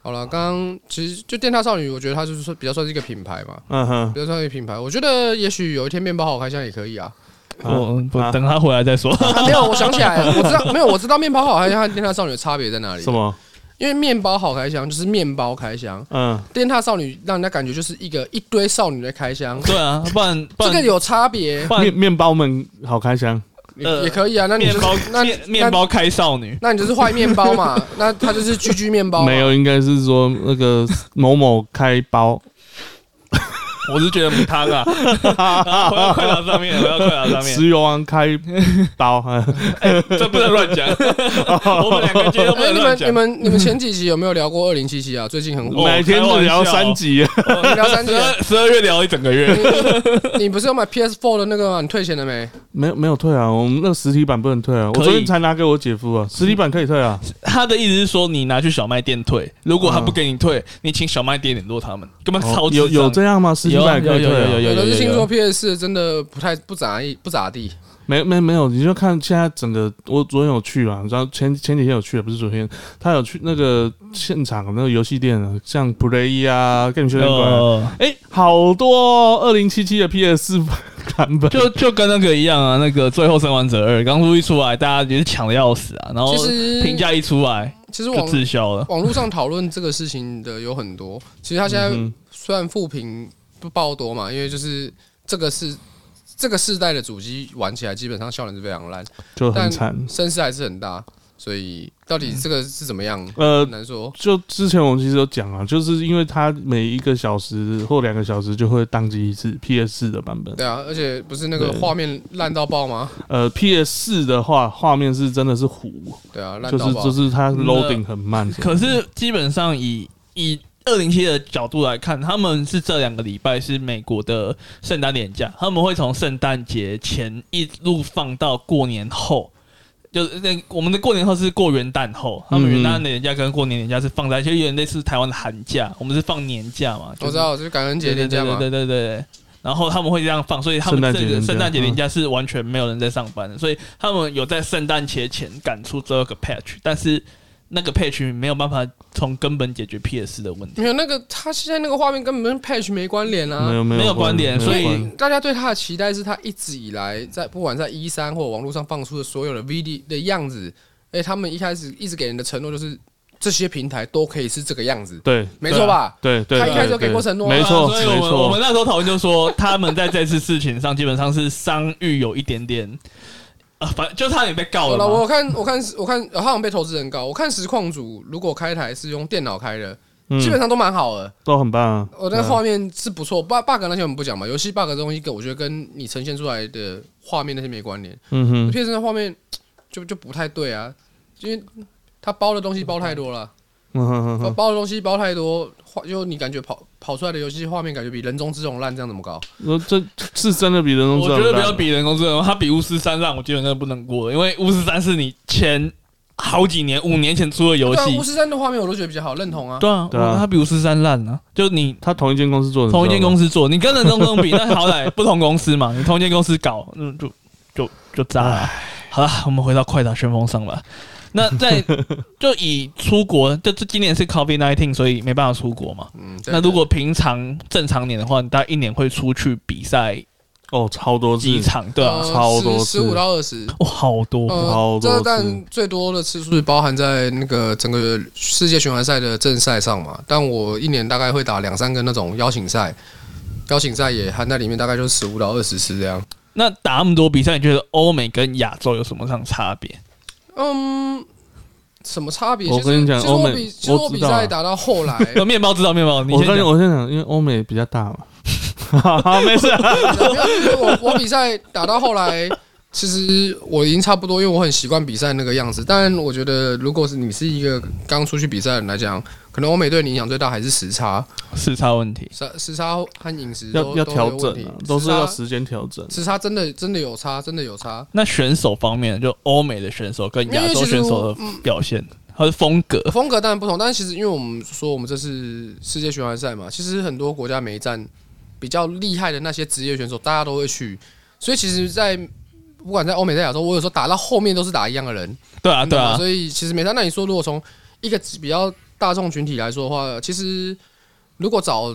B: 好了，刚刚其实就电塔少女，我觉得它就是说比较算是一个品牌嘛，
C: 嗯哼，
B: 比较算是一个品牌。我觉得也许有一天面包好开箱也可以啊。
A: 我
C: 啊
A: 我等他回来再说。
B: 啊没有，我想起来 了，我知道没有，我知道面包好开箱和电塔少女的差别在哪里
C: 嗯什。么？
B: 因为面包好开箱就是面包开箱，
C: 嗯，
B: 电塔少女让人家感觉就是一个一堆少女在开箱，
A: 对啊，不然不
B: 这个
A: 然
B: 有差别，
A: 不
C: 面
A: 然
C: 面包们好开箱，
A: 呃
B: 也可以啊。那你就
A: 面
B: 是
A: 包
B: 那
A: 面面，包开少女，
B: 那那你就是坏面包嘛？那它就是居居面包嘛，啊
C: 没有，应该是说那个某某开包，
A: 我是觉得母汤 啊，啊回到快打 上面，回到快打上 面，
C: 石油王开包，嗯
A: 这不能乱 讲，我们两个今天都不
B: 哎。
A: 能
B: 你
A: 乱
B: 们你
A: 讲。
B: 们你们前几集有没有聊过二零七七啊？最
A: 哦
B: 近很火，
C: 每天只聊三集，
B: 你聊三集啊
A: 十。二十二月聊一整个月，
B: 你你不是要买 PS4 的那个吗？你退钱了没？
C: 没有没有退啊，我们那个实体版不能退啊，我
A: 可以
C: 昨天才拿给我姐夫啊，实体版可以退啊，
A: 他的意思是说，你拿去小卖店退，如果他不给你退，你请小卖店联络他们，根 本超
C: 哦
A: 智
C: 有
A: 障
C: 有这样吗？实体
A: 有啊
C: 版也可以退啊，
A: 有
B: 有的是听说
A: 有
B: PS 真的不太不咋地不咋地，
C: 没没没有，你就看现在整个，我昨天有去啊，然后前前几天有去了，不是昨天，他有去那个现场那个游戏店啊，像 Play 啊，跟你学馆啊，
A: 呃，
C: 哎、好多二零七七的 PS 版本，
A: 就就跟那个一样啊，那个《最后生还者二》刚出一出来，大家也是抢的要死啊，然后
B: 其实
A: 评价一出来
B: 其实
A: 就
B: 网
A: 滞销了。
B: 网络上讨论这个事情的有很多，其实他现在
C: 嗯哼
B: 虽然负评不爆多嘛，因为就是这个是这个世代的主机玩起来基本上效能是非常烂，
C: 就很
B: 但
C: 惨。
B: 声势还是很大，所以到底这个是怎么样，
C: 呃
B: 很，难说。
C: 就之前我们其实有讲啊，就是因为它每一个小时或两个小时就会宕机一次 PS 四的版本。
B: 对啊，而且不是那个
C: 对
B: 画面烂到爆吗？
C: 呃，PS 四的话，画面是真的是糊，
B: 对啊，烂
C: 就
B: 到
C: 是
B: 爆。
C: 就是它 loading 很慢。
A: 可是基本上以以二零七的角度来看，他们是这两个礼拜是美国的圣诞年假，他们会从圣诞节前一路放到过年后。就是那我们的过年后是过元旦后，他们元旦的年假跟过年年假是放在，就有点类似台湾的寒假，我们是放年假嘛，就是
B: 我知道，就是感恩
A: 对
B: 节
A: 对
B: 连假
A: 对
B: 嘛。
A: 对对对对。然然后他们会这样放，所以他们
C: 圣诞
A: 这
C: 节
A: 个
C: 连假
A: 圣诞节
C: 嗯
A: 连假是完全没有人在上班的，所以他们有在圣诞节前赶出这个 patch，但是那个 patch 没有办法从根本解决 PS 的问题。
B: 没有那个他现在那个画面根本跟 patch 没关联啊，
C: 没有没有
A: 没有关联
C: 没有
A: 所以
C: 关
B: 大家对他的期待是他一直以来在不管在一三或者网络上放出的所有的 VD 的样子，哎，他们一开始一直给人的承诺就是这些平台都可以是这个样子，
C: 对
B: 没错吧？
C: 对对，
B: 他一开始
C: 对
B: 就给过承诺啊
C: 没错
A: 所以我
C: 没
A: 们我们
C: 错，
A: 那时候讨论就说，他们在这次事情上基本上是商誉有一点点，啊，反正就差点被告
B: 好
C: 啊
A: 了
B: 了，
A: 嘛。
B: 我看我看我看好像被投资人告，我看实况组如果开台是用电脑开的，
C: 嗯
B: 基本上都蛮好的。
C: 都很棒啊。
B: 我那画面是不错，bug bug 那些我们不讲嘛，游戏 bug 的东西，跟我觉得跟你呈现出来的画面那些没关联。
C: 嗯哼，
B: P S 的画面就就不太对啊，因为它包的东西包太多了，啊
C: 嗯哼哼
B: 包
C: 哼，
B: 包的东西包太多，画就你感觉跑跑出来的游戏画面感觉比人中之龙烂，这样怎么搞？
C: 那这是真的比人工智
A: 我
C: 能
A: 觉得不
C: 烂
A: 要比人工智能，它比巫师三让我基本上不能过，因为巫师三是你前好几年五年前出的游
B: 对啊，
A: 戏
B: 巫，师三的画面我都觉得比较好，认同啊。
A: 对啊，
C: 对啊
A: 它比巫师三烂啊，就你。
C: 他同一间公司做的，
A: 同一间公
C: 司，
A: 司做，你跟人工智能比，那好歹不同公司嘛，你同一间公司搞，嗯，就就就渣了。好了，我们回到快打旋风上吧。那 在就以出国，就这今年是 COVID nineteen，所以没办法出国嘛。
B: 嗯，对
A: 那如果平常正常年的话，你大概一年会出去比赛
C: 哦，超多
A: 几
C: 次，
A: 场，对啊
B: 呃，
C: 超多
B: 十五
C: 次
B: 到二十。
A: 哇、好多，
B: 呃
C: 超，多
B: 这
C: 次
B: 但最多的次数是包含在那个整个世界循环赛的正赛上嘛。但我一年大概会打两三个那种邀请赛，邀请赛也含在里面，大概就十五到二十次这样。
A: 那打那么多比赛，你觉得欧美跟亚洲有什么上差别？
B: 嗯，什么差别？
C: 我
B: 其实
C: 跟你讲
B: 其实
C: 欧
B: 我
C: 美
B: 比其实我
C: 我知
B: 比
C: 道啊
B: 赛打到后来，
A: 呃，面包知道面包，你
C: 我
A: 先
C: 跟你
A: 讲。
C: 我先讲，因为欧美比较大嘛，哈哈，没事啊，
B: 没有就是 我我比赛打到后来，其实我已经差不多，因为我很习惯比赛那个样子。但我觉得，如果是你是一个刚出去比赛的人来讲，可能欧美对你影响最大还是时差，
A: 时差问题，
B: 时时差和饮食
C: 要
B: 都
C: 要
B: 都
C: 调
B: 有
C: 整
B: 问题
C: 啊，都是要
B: 时
C: 时间调整
B: 差。时差真的真的有差，真的有差。
A: 那选手方面，就欧美的选手跟亚洲选手的表现，
B: 嗯
A: 还有风格，
B: 呃风格当然不同，但是其实因为我们说我们这次世界循环赛嘛，其实很多国家每一站比较厉害的那些职业选手，大家都会去，所以其实在，不管在欧美在亚洲，我有时候打到后面都是打一样的人，
A: 对啊，
B: 你
A: 对
B: 懂吗
A: 啊，
B: 所以其实每站，那你说如果从一个比较大众群体来说的话，其实如果早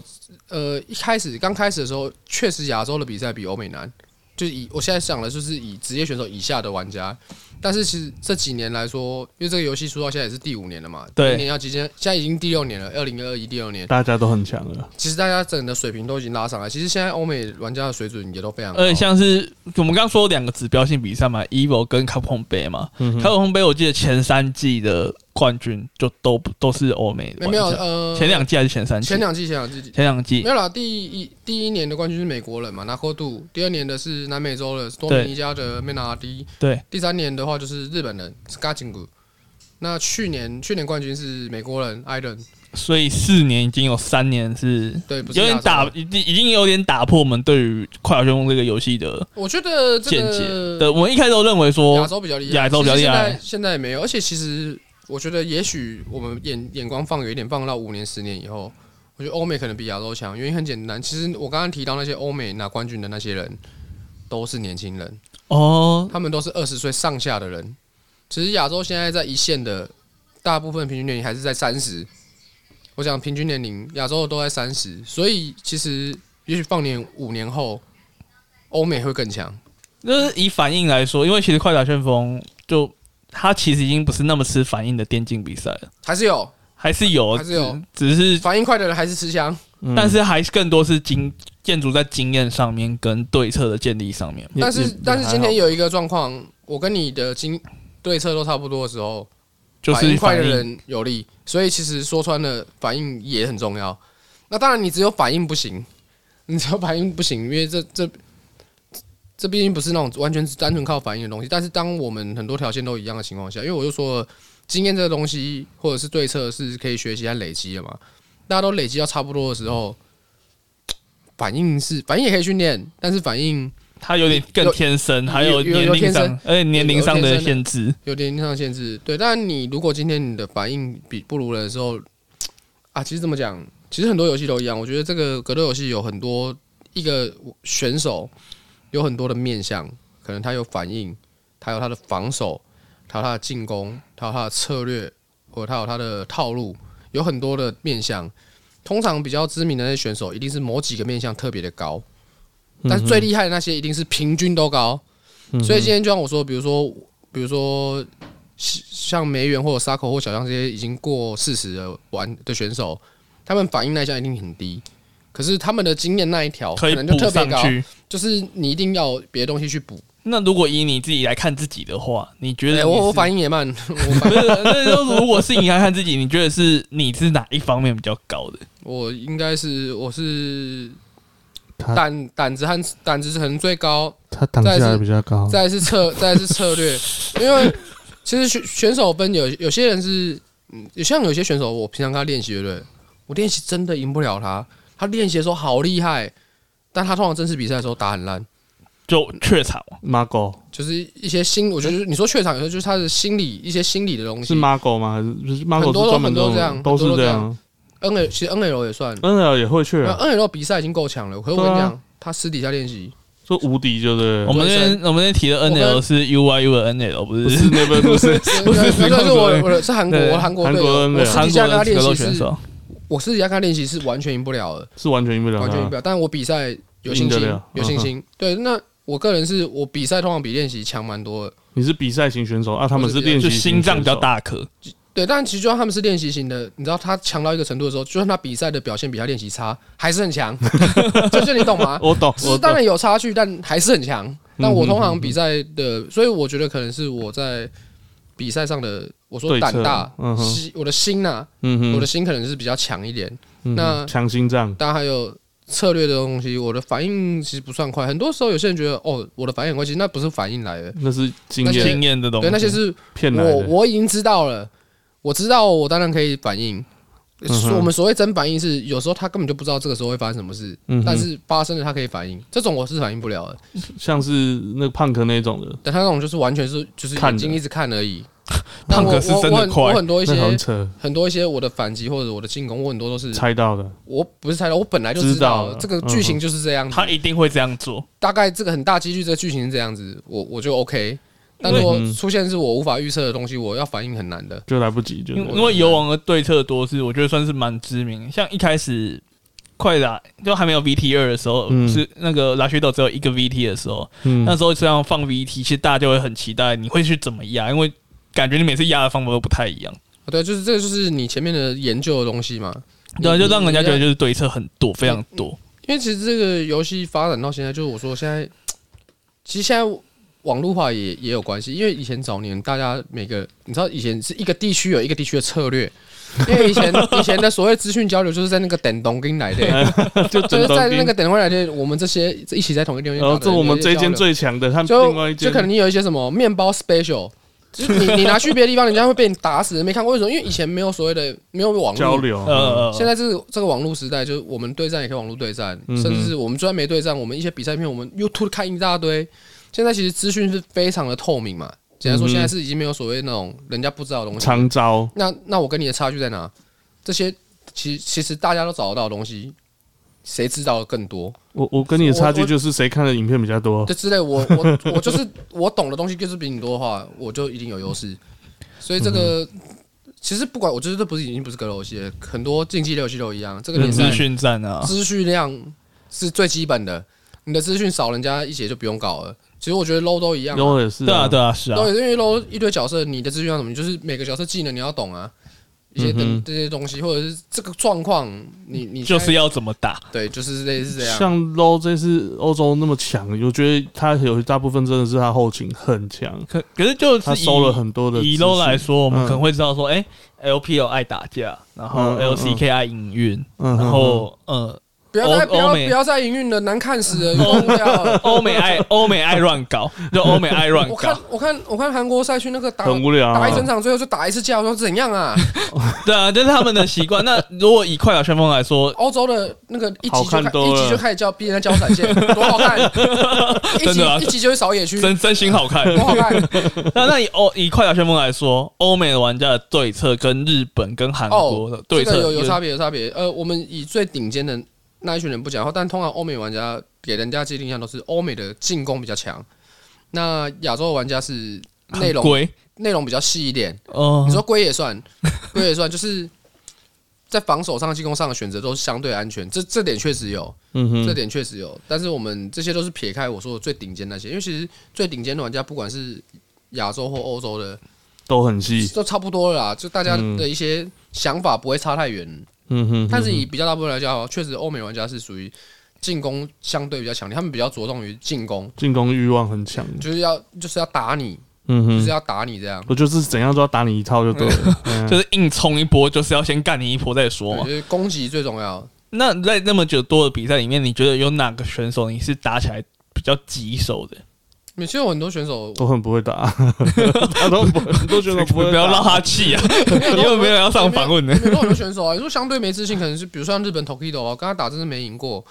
B: 呃一开始刚开始的时候，确实亚洲的比赛比欧美难，就是以我现在想的就是以职业选手以下的玩家。但是其实这几年来说，因为这个游戏出到现在也是第五年了嘛，
A: 对
B: 今年要即将现在已经第六年了，二零二一第六年，
C: 大家都很强了，
B: 其实大家整个水平都已经拉上来。其实现在欧美玩家的水准也都非常高，
A: 而且像是我们刚说两个指标性比赛嘛，Evo 跟 c u p o n 杯嘛 c
C: 嗯
A: u p o n 杯我记得前三季的冠军就都不都是欧美的
B: 没
A: 玩家，
B: 没有呃
A: 前两季还是前三季？
B: 前两季前两季
A: 前两季
B: 没有啦，第一第一年的冠军是美国人嘛，拿过度；第二年的是南美洲的多米尼加的 m e n a d
A: 对
B: 第三年的话就是日本人 s k a j i n g 那去年去年冠军是美国人 i d e n
A: 所以四年已经有三年是
B: 对，不是
A: 有点
B: 亚洲
A: 打，。已经已经有点打破我们对于《快打旋风》这个游戏的
B: 我觉得这
A: 见解。
B: 个
A: 对，我们一开始都认为
B: 呃亚
A: 说，
B: 洲比较厉害，
A: 亚洲比较厉害
B: 其实现在现在也没有，而且其实我觉得，也许我们眼眼光放远一点，放到五年、十年以后，我觉得欧美可能比亚洲强。原因很简单，其实我刚刚提到那些欧美拿冠军的那些人，都是年轻人。
A: 哦，
B: 他们都是二十岁上下的人。其实亚洲现在在一线的大部分平均年龄还是在三十，我讲平均年龄，亚洲都在三十，所以其实也许放年五年后，欧美会更强。
A: 就是以反应来说，因为其实《快打旋风》就它其实已经不是那么吃反应的电竞比赛了，
B: 还是有
A: 还是有，
B: 还是有嗯
A: 只，只是
B: 反应快的人还是吃香，
C: 嗯
A: 但是还是更多是经建筑在经验上面跟对策的建立上面。
C: 也
B: 但
C: 也
B: 是但是
C: 也还
B: 今
C: 好
B: 天有一个状况，我跟你的经对策都差不多的时候，
A: 就
B: 反
A: 是
B: 应快的
A: 反应
B: 人有利，所以其实说穿了，反应也很重要。那当然，你只有反应不行， 你只有反应不行，因为这这这毕竟不是那种完全只单纯靠反应的东西。但是，当我们很多条件都一样的情况下，因为我就说了，经验这个东西或者是对策是可以学习和累积的嘛。大家都累积到差不多的时候，反应是反应也可以训练，但是反应
A: 他有点更天生，
B: 有
A: 还
B: 有有
A: 年
B: 有
A: 龄
B: 天生
A: 上，而且年龄上的限制。
B: 有点上的限制。对，但你如果今天你的反应比不如人的时候，啊，其实怎么讲？其实很多游戏都一样。我觉得这个格斗游戏有很多一个选手有很多的面向，可能他有反应，他有他的防守，他有他的进攻，他有他的策略，或者他有他的套路，有很多的面向。通常比较知名的那些选手，一定是某几个面向特别的高，
C: 嗯
B: 但是最厉害的那些一定是平均都高。
A: 嗯
B: 所以今天就像我说，比如说，比如说像梅园或者沙口或小将这些已经过四十的玩的选手，他们反应那一项一定很低，可是他们的经验那一条
A: 可以
B: 哦能就
A: 补
B: 特别
A: 上
B: 高，
A: 去。
B: 就是你一定要有别的东西去补。
A: 那如果以你自己来看自己的话，你觉
B: 哎、
A: 得你
B: 我我
A: 是
B: 反应也慢， 我
A: 不
B: 反
A: 是？ 那就如果是你来看自己，你觉得是你是哪一方面比较高的？
B: 我应该是我是
C: 他
B: 胆胆子和胆子可能最高，
C: 嗯他挡下来比较高，
B: 再来是策，再来是策略，因为其实选选手分有有些人是，嗯，像有些选手，我平常跟他练习，对不对？我练习真的赢不了他，他练习的时候好厉害，但他通常正式比赛的时候打很烂，
A: 就啊怯场嘛，
C: 马狗
B: 就是一些心，我觉得你说怯场有时候就是他的心理一些心理的东
C: 是
B: 西。
C: 马狗吗？还是就是马狗是
B: 很多都
C: 专门
B: 很
C: 这
B: 多这
C: 种
B: 样
C: 都
B: 很
C: 是
B: 多都
C: 这
B: 这
C: 样
B: 样。N L 其实 N L 也算，
C: N L 也会去啊，
B: N L 比赛已经够强了，可是我跟你讲，他私底下练习，
C: 说无敌就对
A: 我
C: 了，
A: 们那边我们那边提的
B: 我
A: N
B: 跟
A: L 是 U Y U 的 N L，不
C: 不
A: 是
C: 是那边不是
B: 不是
A: 不是
B: 是我
A: 对
B: 啊我是韩国
A: 对
B: 我韩国
C: 韩
B: 队
C: 国
B: 友，
C: N L
B: 我私
A: 韩
B: 底
A: 国
B: 下跟他
A: 的
B: 练
A: 格
B: 习
A: 斗选
B: 是，
A: 手。
B: 我私底下跟他练习是完全赢不了的。
C: 是完全赢不了，
B: 完全赢不了。但我比赛有
C: 啊
B: 信
C: 赢得
B: 心
C: 了，嗯
B: 有信心。对，那我个人是我比赛通常比练习强蛮多的。
C: 你是比赛型选手啊，他们是
B: 我是比
C: 练
B: 赛
C: 习
A: 就
C: 型
A: 心脏比较
C: 选手，
A: 大颗，
B: 对，但其实就算他们是练习型的，你知道他强到一个程度的时候，就算他比赛的表现比他练习差，还是 很强。就是你懂吗？
C: 我懂，
B: 是
C: 我嗯
B: 当
C: 懂。
B: 然有差距，但还是很强。但我通常比赛
C: 嗯
B: 的，所以我觉得可能是我在比赛上的，我说
C: 对策
B: 胆大
C: 嗯，哼
B: 心我的心呐，
C: 嗯哼，
B: 我的心可能是比较强一点。
C: 嗯哼
B: 那
C: 强心脏，
B: 当然还有策略的东西，我的反应其实不算快。很多时候有些人觉得哦，我的反应很快，其实那不是反应来的，
C: 那是经
B: 那些
C: 验
A: 经验这东西。
B: 对，那些是
C: 骗来
B: 我
C: 的。
B: 我已经知道了，我知道我当然可以反应。
C: 哼
B: 所以我们所谓真反应是，有时候他根本就不知道这个时候会发生什么事，
C: 嗯哼
B: 但是发生了他可以反应，这种我是反应不了的。
C: 像是那个胖哥那种的，
B: 但他那种就是完全是就是
C: 看
B: 眼
C: 的
B: 睛一直看而已。但
A: 胖
B: 我
A: 哥是
B: 我
A: 真
B: 我
A: 的
B: 很
A: 快
B: 我很多一
C: 那
B: 些
C: 很扯，
B: 很多一些我的反击或者我的进攻，我很多都是
C: 猜到的。
B: 我不是猜到，我本来就
C: 知
B: 知道
C: 道
B: 了
C: 了
B: 这个
C: 嗯
B: 剧
C: 哼
B: 情就是这样子。
A: 他一定会这样做，
B: 大概这个很大几率这个剧情是这样子，我我就 OK。但
A: 因为
B: 如果
C: 嗯
B: 出现是我无法预测的东西，我要反应很难的。
C: 就来不及，就
A: 因为因为游王的对策多是，我觉得算是蛮知名的。像一开始快打就还没有 VT 二的时候，
C: 嗯
A: 是那个拉雪斗只有一个 VT 的时候，
C: 嗯
A: 那时候这样放 VT，其实大家就会很期待你会去怎么压，因为感觉你每次压的方法都不太一样，
B: 啊对，就是这个就是你前面的研究的东西嘛。
A: 对啊，
B: 你
A: 就让人家觉得
B: 你
A: 就是对策很多，非常多。
B: 因为其实这个游戏发展到现在，就是我说现在，其实现在网络化也也有关系。因为以前早年大家每个，你知道以前是一个地区有一个地区的 策略，因为以前以前的所谓资讯交流就是在那个等东跟来的，
C: 哎 就
B: 就是
C: 整
B: 在
C: 栋
B: 那
C: 兵
B: 个。等东来的，我们这些一起在同一个地方
C: 然后
B: 交
C: 哦
B: 流。
C: 这我们这一
B: 有
C: 间
B: 些交流
C: 最强的，他们另外
B: 就
C: 一间
B: 就可能你有一些什么面包 special，就是 你你拿去别的地方，人家会被你打死，没看过为什么？因为以前没有所谓的没有网
C: 交
B: 络。
C: 流，
A: 呃，
B: 嗯现在这个这个网络时代，就是我们对战也可以网络对战，
C: 嗯哼
B: 甚至是我们就算没对战，我们一些比赛片，我们 YouTube 看一大堆。现在其实资讯是非常的透明嘛，简单说，
C: 嗯哼
B: 现在是已经没有所谓那种人家不知道的东西。
C: 长招，
B: 那那我跟你的差距在哪？这些其其实大家都找得到的东西，谁知道的更多？
C: 我我跟你的差距就是谁看的影片比较多，
B: 这之类，我我我就是我懂的东西就是比你多的话，我就一定有优势。所以这个、
A: 嗯
B: 其实不管我觉得这不是已经不是格斗游戏了，很多竞技类游戏都一样。这个年代
A: 嗯资讯战啊，
B: 资讯量是最基本的，你的资讯少，人家一节就不用搞了。其实我觉得 low 都一样、
C: 然后也是
A: 对啊，对啊，是啊
B: 都，因为 low 一堆角色，你的资讯量什么，你就是每个角色技能你要懂啊，一些
C: 嗯
B: 等
C: 哼
B: 这些东西，或者是这个状况，你你
A: 就
B: 现在
A: 是要怎么打。
B: 对，就是类似这样。
C: 像 LO 这次欧洲那么强，我觉得他有一大部分真的是他后勤很强，
A: 可可是就是
C: 他
A: 以
C: 收了很多的
A: 以
C: 资
A: low
C: 讯
A: 来，说，我们
C: 嗯
A: 可能会知道说，哎、l p l 爱打架，然后
C: 嗯嗯
A: LCK 爱营运，
C: 嗯
A: 然后呃，
B: 不要再
A: 欧
B: 不要
A: 欧
B: 不
A: 美嗯
B: 要再营运了，难看死了，受不了了。
A: 欧美 爱欧美爱乱搞，就欧美爱乱
B: 我看
A: 搞，
B: 我看我看韩国赛区那个打
C: 很无聊啊
B: 打一整场，最后就打一次架，我说怎样啊？
A: 对啊，这是他们的习惯。那如果以快打旋风来
C: 嗯
A: 说，
B: 欧洲的那个一
C: 好
B: 集就
C: 看
B: 开
C: 多
B: 一集
C: 了
B: 就开始叫逼人家交闪现，多好看！一
A: 真
B: 集
A: 的啊
B: 一集就是扫野区，
A: 真真心好看。
C: 哦
B: 多好看！
A: 那那以欧以快打旋风来说，欧美的玩家的对策跟日本跟韩国
B: 哦
A: 的，对
B: 这个
A: 策
B: 有有差别有差别。呃，我们以最顶尖的那一群人不讲话，但通常欧美玩家给人家既定印象都是欧美的进攻比较强，那亚洲的玩家是内
A: 很
B: 容
A: 贵
B: 内容比较细一点。
A: 哦，
B: 你说龟也算，龟也算，就是在防守上、进攻上的选择都是相对安全，这这点确实有，
C: 嗯哼，
B: 这点确实有。但是我们这些都是撇开我说的最顶尖那些，因为其实最顶尖的玩家，不管是亚洲或欧洲的，
C: 都很细，
B: 都差不多了啦，就大家的一些想法不会差太远。
C: 嗯哼，
B: 但是以比较大部分来讲，确实欧美玩家是属于进攻相对比较强烈，他们比较着重于进攻，
C: 进攻欲望很强，
B: 就是要就是要打你，
C: 嗯
B: 就是
C: 哼，
B: 要打你这样。
C: 我就是怎样都要打你一套就 对了，嗯
A: 就是硬冲一波，就是要先干你一波再说
B: 对
A: 嘛
B: 就。是攻击最重要。
A: 那在那么久多的比赛里面，你觉得有哪个选手你是打起来比较棘手的？
B: 因为其实有很多选手
C: 都很不会 打，他都不很多选手不会打，
A: 不要让他气啊！ 因为没有人要上访问的。
B: 很多选手啊，你说相对没自信，可能是比如说像日本 Tokido 啊，跟他打真是没赢过，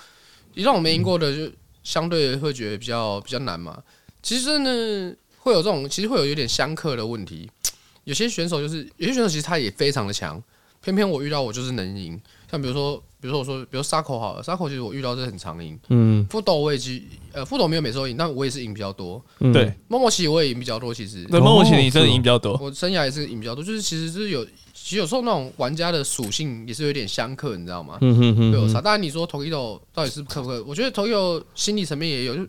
B: 一让我没赢过的，就相对会觉得比较比较难嘛。其实呢，会有这种，其实会有有点相克的问题。有些选手就是有些选手，其实他也非常的强，偏偏我遇到我就是能赢。像比如说，比如说我说，比如沙口好了，沙口其实我遇到是很常赢，
C: 嗯，
B: 副斗我也其呃副斗没有每次都赢，但我也是赢比较多。
C: 嗯
A: 对，
B: 默默其实我也赢比较多，其实
A: 那孟文琪你真的赢比较多，
B: 我生涯也是赢比较多，就是其实就是有，其实有时候那种玩家的属性也是有点相克，你知道吗？
C: 嗯哼
B: 会
C: 哼
B: 有
C: 哼，
B: 差。当然你说 Tokyo 到底是可不可，我觉得 Tokyo 心理层面也有，就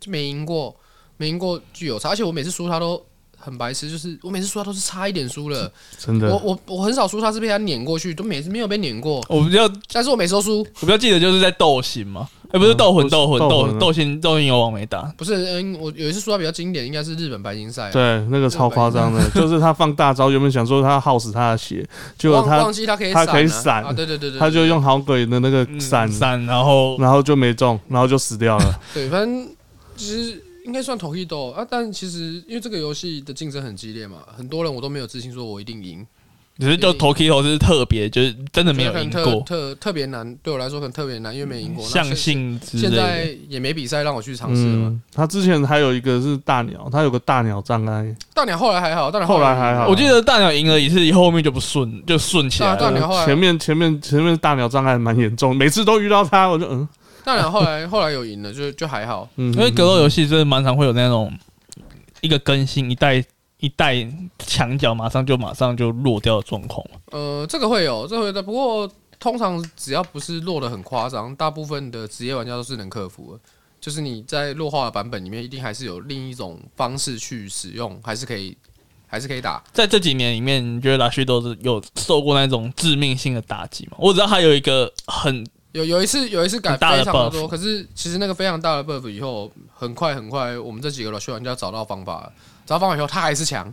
B: 就没赢过，没赢过就有差。而且我每次输他都很白痴，就是我每次输他都是差一点输了，
C: 真
B: 我
C: 的，
B: 我我很少输他是被他碾过去，都每次没有被碾过，
A: 我比较
B: 但是我每次都输。
A: 我比较记得就是在斗心嘛，哎，不是斗魂，斗魂，
C: 斗
A: 斗
C: 魂啊
A: 斗心，斗心有王没打，
B: 不是，嗯，我有一次输他比较经典，应该是日本白金赛啊，
C: 对，那个超夸张 的，就是他放大招，原本想说他耗死他的血，结果
B: 忘
C: 他
B: 忘记他可以
C: 他可以
B: 闪
C: 闪
B: 啊啊，对对对对，
C: 他就用好鬼的那个
A: 嗯
C: 闪，
A: 闪，然后
C: 然后就没中，然后就死掉了。
B: 对，反正其实应该算同一斗啊，但其实因为这个游戏的竞争很激烈嘛，很多人我都没有自信说我一定赢，
A: 只是就 Tokyo 是特别，就是真的没有
B: 可能
A: 赢
B: 特
A: 过，
B: 特特别难，对我来说可能特别难，因为没赢过。那
A: 相信之
B: 现
A: 类
B: 在
A: 的。
B: 也没比赛让我去尝试了嘛。
C: 嗯，他之前还有一个是大鸟，他有个大鸟障碍，
B: 大鸟后来还好，大鸟
C: 后来还好
A: 我记得大鸟赢了一次，后面就不顺，就顺起来
B: 大
A: 了。
B: 鸟后来
C: 前面前面前面大鸟障碍蛮严重，每次都遇到他，我就嗯
B: 大鸟后来后来有赢了，就就还好。
C: 嗯，
A: 因为格斗游戏真的蛮常会有那种一个更新一代一代墙角马上就马上就落掉的状况嘛。
B: 呃，这个会有，这个会的。不过通常只要不是落的很夸张，大部分的职业玩家都是能克服的。就是你在弱化的版本里面，一定还是有另一种方式去使用，还是可以，还是可以打。
A: 在这几年里面，你觉得拉旭都是有受过那种致命性的打击吗？我知道他有一个很
B: 有有一次有一次改
A: 很大的
B: 非常的
A: buff
B: 多，可是其实那个非常大的 buff 以后，很快很快，我们这几个老学玩家找到方法了，找到方法以后他还 是强，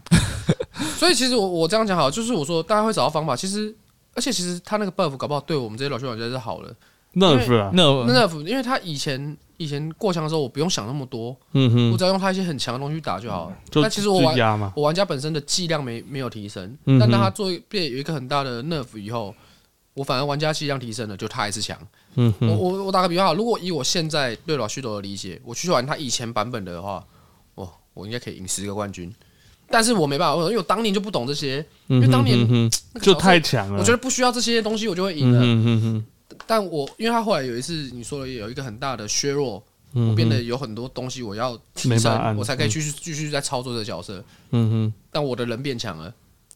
B: 所以其实我我这样讲好，就是我说大家会找到方法，其实而且其实他那个 buff 搞不好对我们这些老学玩家是好的，
C: nerf 啊，
A: 那
B: 那那 buff 因为他以前以前过墙的时候我不用想那么多，
C: 嗯
B: 我
C: 哼，
B: 只要用他一些很强的东西去打就好了，
C: 就
B: 那其实我
C: 就
B: 玩
C: 压嘛，
B: 我玩家本身的剂量没没有提升，
C: 嗯哼
B: 但当他做变有一个很大的 nerf 以后，我反而玩家剂量提升了，就他还是强。
C: 嗯
B: 我
C: 哼，
B: 我我打个比方好，如果以我现在对老虚头的理解，我去玩他以前版本的话，我我应该可以赢十个冠军。但是我没办法，因为我当年就不懂这些，
C: 因
B: 为当年那个
C: 嗯就
B: 角色
C: 太强了，
B: 我觉得不需要这些东西，我就会赢
C: 嗯
B: 了。
C: 哼哼哼
B: 但我因为他后来有一次你说的有一个很大的削弱，
C: 嗯哼，
B: 我变得有很多东西我要提
C: 没办法
B: 升，
C: 按
B: 我才可以继续继续在操作这个角色。
C: 嗯哼
B: 但我的人变强了，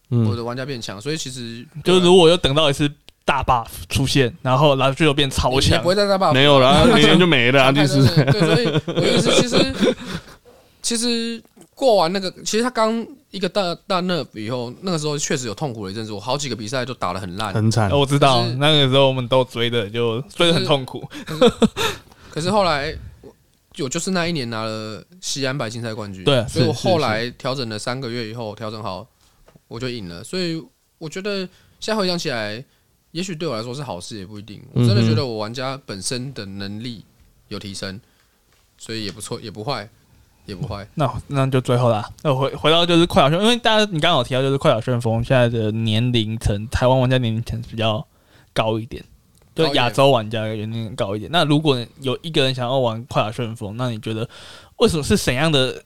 B: 我
C: 嗯，
B: 的玩家变强，所以其实啊
A: 就是如果又等到一次大 buff 出现，然后拉旭又变超
B: 你也
A: 强
B: 不，会再再把
C: 没有 了，明年就没了啊，第
B: 对
C: 四
B: 对 对，所以我的意思其实其实过完那个，其实他刚一个大大 nerf 以后，那个时候确实有痛苦了一阵子，我好几个比赛都打得很烂，
C: 很惨，
A: 我知道
B: 就是
A: 那个时候我们都追的就追的很痛苦，
B: 可是后来。我就是那一年拿了西安白金赛冠军，
A: 对
B: 所以
A: 是
B: 我
A: 是
B: 后来调整了三个月以后，调整好我就赢了。所以我觉得现在回想起来，也许对我来说是好事，也不一定。我真
C: 嗯
B: 的
C: 哼
B: 觉得我玩家本身的能力有提升，所以也不错，也不坏，也不坏。
A: 那那就最后啦，那回回到就是快打旋风，因为大家你刚刚有提到就是快打旋风现在的年龄层，台湾玩家年龄层比较高一点，
B: 高一
A: 就
B: 点
A: 亚洲玩家的年龄高一点。那如果有一个人想要玩快打旋风，那你觉得为什么是怎样的？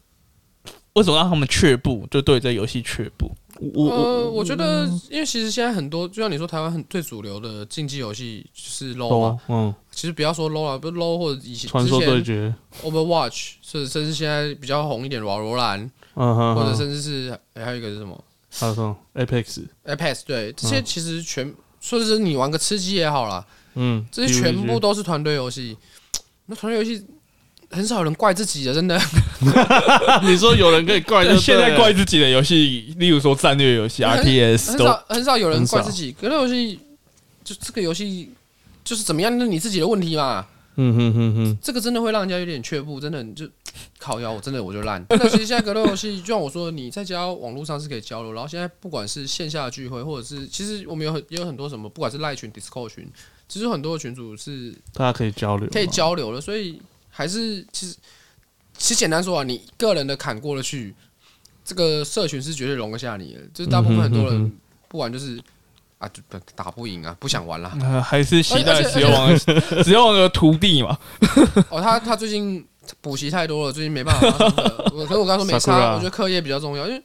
A: 为什么让他们却步？就对这游戏却步？
C: 我
B: 呃，
C: 我
B: 我觉得，因为其实现在很多，就像你说，台湾很最主流的竞技游戏就是 LO 嘛，
C: 嗯，
B: 其实不要说 low 啊，不是 low 或者以前
C: 传
B: 之
C: 说对
B: 前
C: 决，
B: Overwatch，甚甚至现在比较红一点的瓦罗兰，
C: 嗯哼，
B: 或者
C: 哼
B: 甚至是哎还有一个是什么
C: 还有什么 Apex，
B: Apex，对，这些其实全说是你玩个吃鸡也好啦，
C: 嗯，
B: 这些全部
C: 都
B: 都是团队游戏。那团队游戏很少有人怪自己的，真的。
C: 啊你说有人可以怪就对 了，
A: 现在怪自己的游戏，例如说战略游戏、
B: 很
A: RTS
B: 很
A: 都
B: 少很少有人
C: 很
B: 怪
C: 少
B: 自己，格斗游戏就这个游戏就是怎么样，那是你自己的问题嘛。
C: 嗯哼哼哼，
B: 这个真的会让人家有点却步，真的 你就靠腰，我真的我就烂。那其实现在格斗游戏， 就像我说的，你在家网络上是可以交流，然后现在不管是线下的聚会，或者是其实我们有很也有很多什么，不管是赖群、Discord 群，其实有很多的群主是
C: 大家可以交流，啊
B: 可以，交流的，所以还是其实其实简单说啊，你个人的砍过得去，这个社群是绝对容得下你的。就是大部分很多
C: 嗯哼嗯
B: 人，不然就是啊，就不打不赢啊，不想玩啦。
A: 呃还是期
B: 而
A: 待
B: 且
A: 石油王 的石油王的徒弟嘛。
B: 哦，他他最近补习太多了，最近没办法他真的。我可是我刚说没
C: Sakura
B: 差，我觉得课业比较重要，因为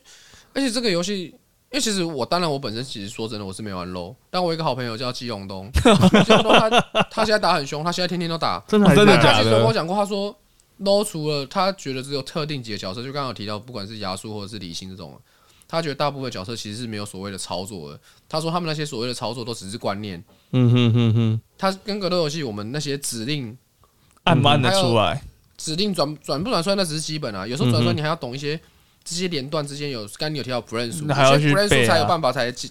B: 而且这个游戏。因为其实我当然我本身其实说真的我是没玩 low，但我有一个好朋友叫季 永东，季永东他他现在打很凶，他现在天天都打，
C: 真的还
A: 真的
C: 假
A: 假
B: 他
A: 的
B: 其实有跟我讲过，他说 low 除了他觉得只有特定几个角色，就刚刚有提到，不管是牙叔或者是李信这种，他觉得大部分角色其实是没有所谓的操作的。他说他们那些所谓的操作都只是观念。
C: 嗯哼哼哼，
B: 他跟格斗游戏我们那些指令、
A: 慢慢的出来，
B: 指令转转不转出来，那只是基本啊。有时候转
C: 嗯
B: 出来你还要懂一些这些连段之间有，刚刚你有提到 brain 数，
A: 那还要
B: 有些
A: 去
B: brain
A: 背
B: 数
A: 啊
B: 才有办法才记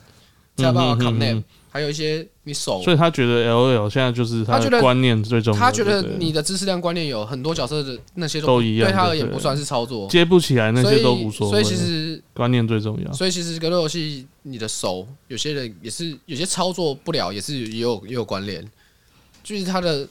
B: 才有办法
C: 嗯哼嗯哼
B: connect，还有一些你手
C: 所以他觉得 L L 现在就是
B: 他觉
C: 的
B: 得
C: 观念最重要，
B: 他觉得
C: 对不对
B: 你的知识量、观念有很多角色的那些
C: 都一样
B: 对他而
C: 对
B: 言
C: 对
B: 不算是操作。
C: 接不起来那
B: 所
C: 些
B: 以，
C: 都无所
B: 所
C: 谓，啊
B: 以其实，
C: 观念最重要。
B: 所以其实格斗游戏，你的手有些人也是有些操作不了，也是也有也有关联。就是它的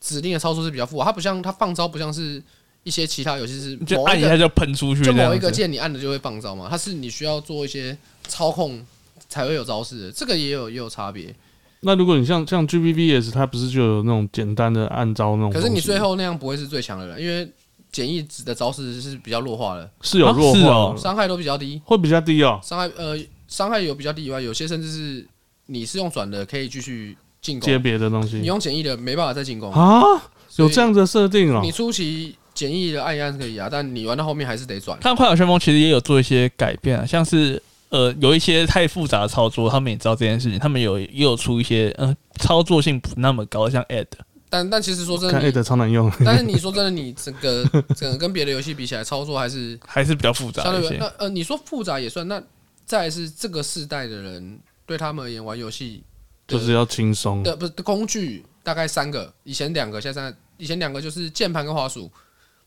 B: 指令的操作是比较复杂，它不像它放招，不像是一些其他游戏是
A: 就
B: 某
A: 按
B: 一
A: 一下
B: 个
A: 就喷出去嗯这
B: 就
A: 样子，
B: 某一个键你按了就会放招嘛，它是你需要做一些操控才会有招式的，这个也有也有差别。
C: 那如果你像像 G B B S，它不是就有那种简单的按照那种东
B: 可
C: 西，
B: 是你最后那样不会是最强的人，因为简易的招式是比较弱化的，
C: 是有
A: 啊
C: 弱
A: 是
C: 化
A: 哦
C: 的，
B: 伤害都比较低。
C: 会比较低哦，
B: 伤害呃伤害有比较低以外，有些甚至是你是用转的可以继续进
C: 接
B: 攻，
C: 别的东
B: 哦你
C: 西
B: 用简易的没办法再进攻。
C: 啊，
B: 所
C: 有
B: 以
C: 这样子的设定哦
B: 你。初期简易的按一按是可以啊，但你玩到后面还是得转。
A: 他们快打旋风其实也有做一些改变啊，像是呃有一些太复杂的操作，他们也知道这件事情，他们有也有出一些呃操作性不那么高，像 ad
B: 但但其实说真
C: 看
B: 的
C: A
B: 你，
C: 的超难用，
B: 但是你说真的，你整个整个跟别的游戏比起来，操作还是
A: 还是比较
C: 啊
A: 复杂
B: 相
A: 一
B: 对
A: 些
B: 那。呃你说复杂也算，那再来是这个世代的人对他们而言玩游戏
C: 就是要轻松。
B: 的不是工具大概三个，以前两个，现在三个以前两个就是键盘跟滑鼠，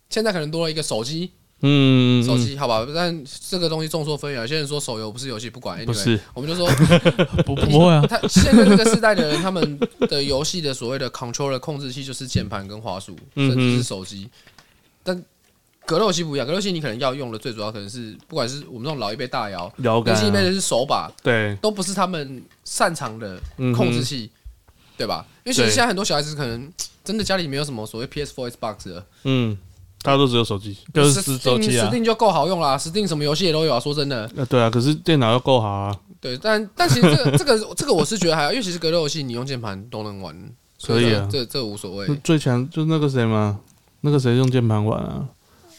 B: 现在可能多了一个手机。
C: 嗯，嗯
B: 手机好吧，但这个东西众说纷纭。有些人说手游不是游戏，不管 anyway,
C: 不是，
B: 我 们就说
A: 不不会啊，
B: 他现在这个世代的人，他们的游戏的所谓的 controller 控制器就是键盘跟滑鼠，
C: 嗯哼
B: 甚至是手机。但格斗游戏不一样，格斗游戏你可能要用的最主要可能是，不管是我们这种老一辈大摇，
C: 摇杆
B: 年轻一辈
C: 啊，
B: 的是手把，
C: 对，
B: 都不是他们擅长的
C: 嗯哼
B: 控制器，对吧？因为其实
C: 对
B: 现在很多小孩子可能真的家里没有什么所谓 PS4、Xbox 的，
C: 嗯，大家都只有手机。
A: 就是四周期啊，
B: ，Steam 就够好用啦，Steam 什么游戏也都有啊。说真的，
C: 呃，对啊，可是电脑要够好啊，
B: 对， 但但其实这个这个这个我是觉得还好，因为其实格斗游戏你用键盘都能玩，所
C: 可以
B: 这
C: 啊
B: 这这无所谓
C: 就。最强就那个谁嘛，那个谁用键盘玩啊？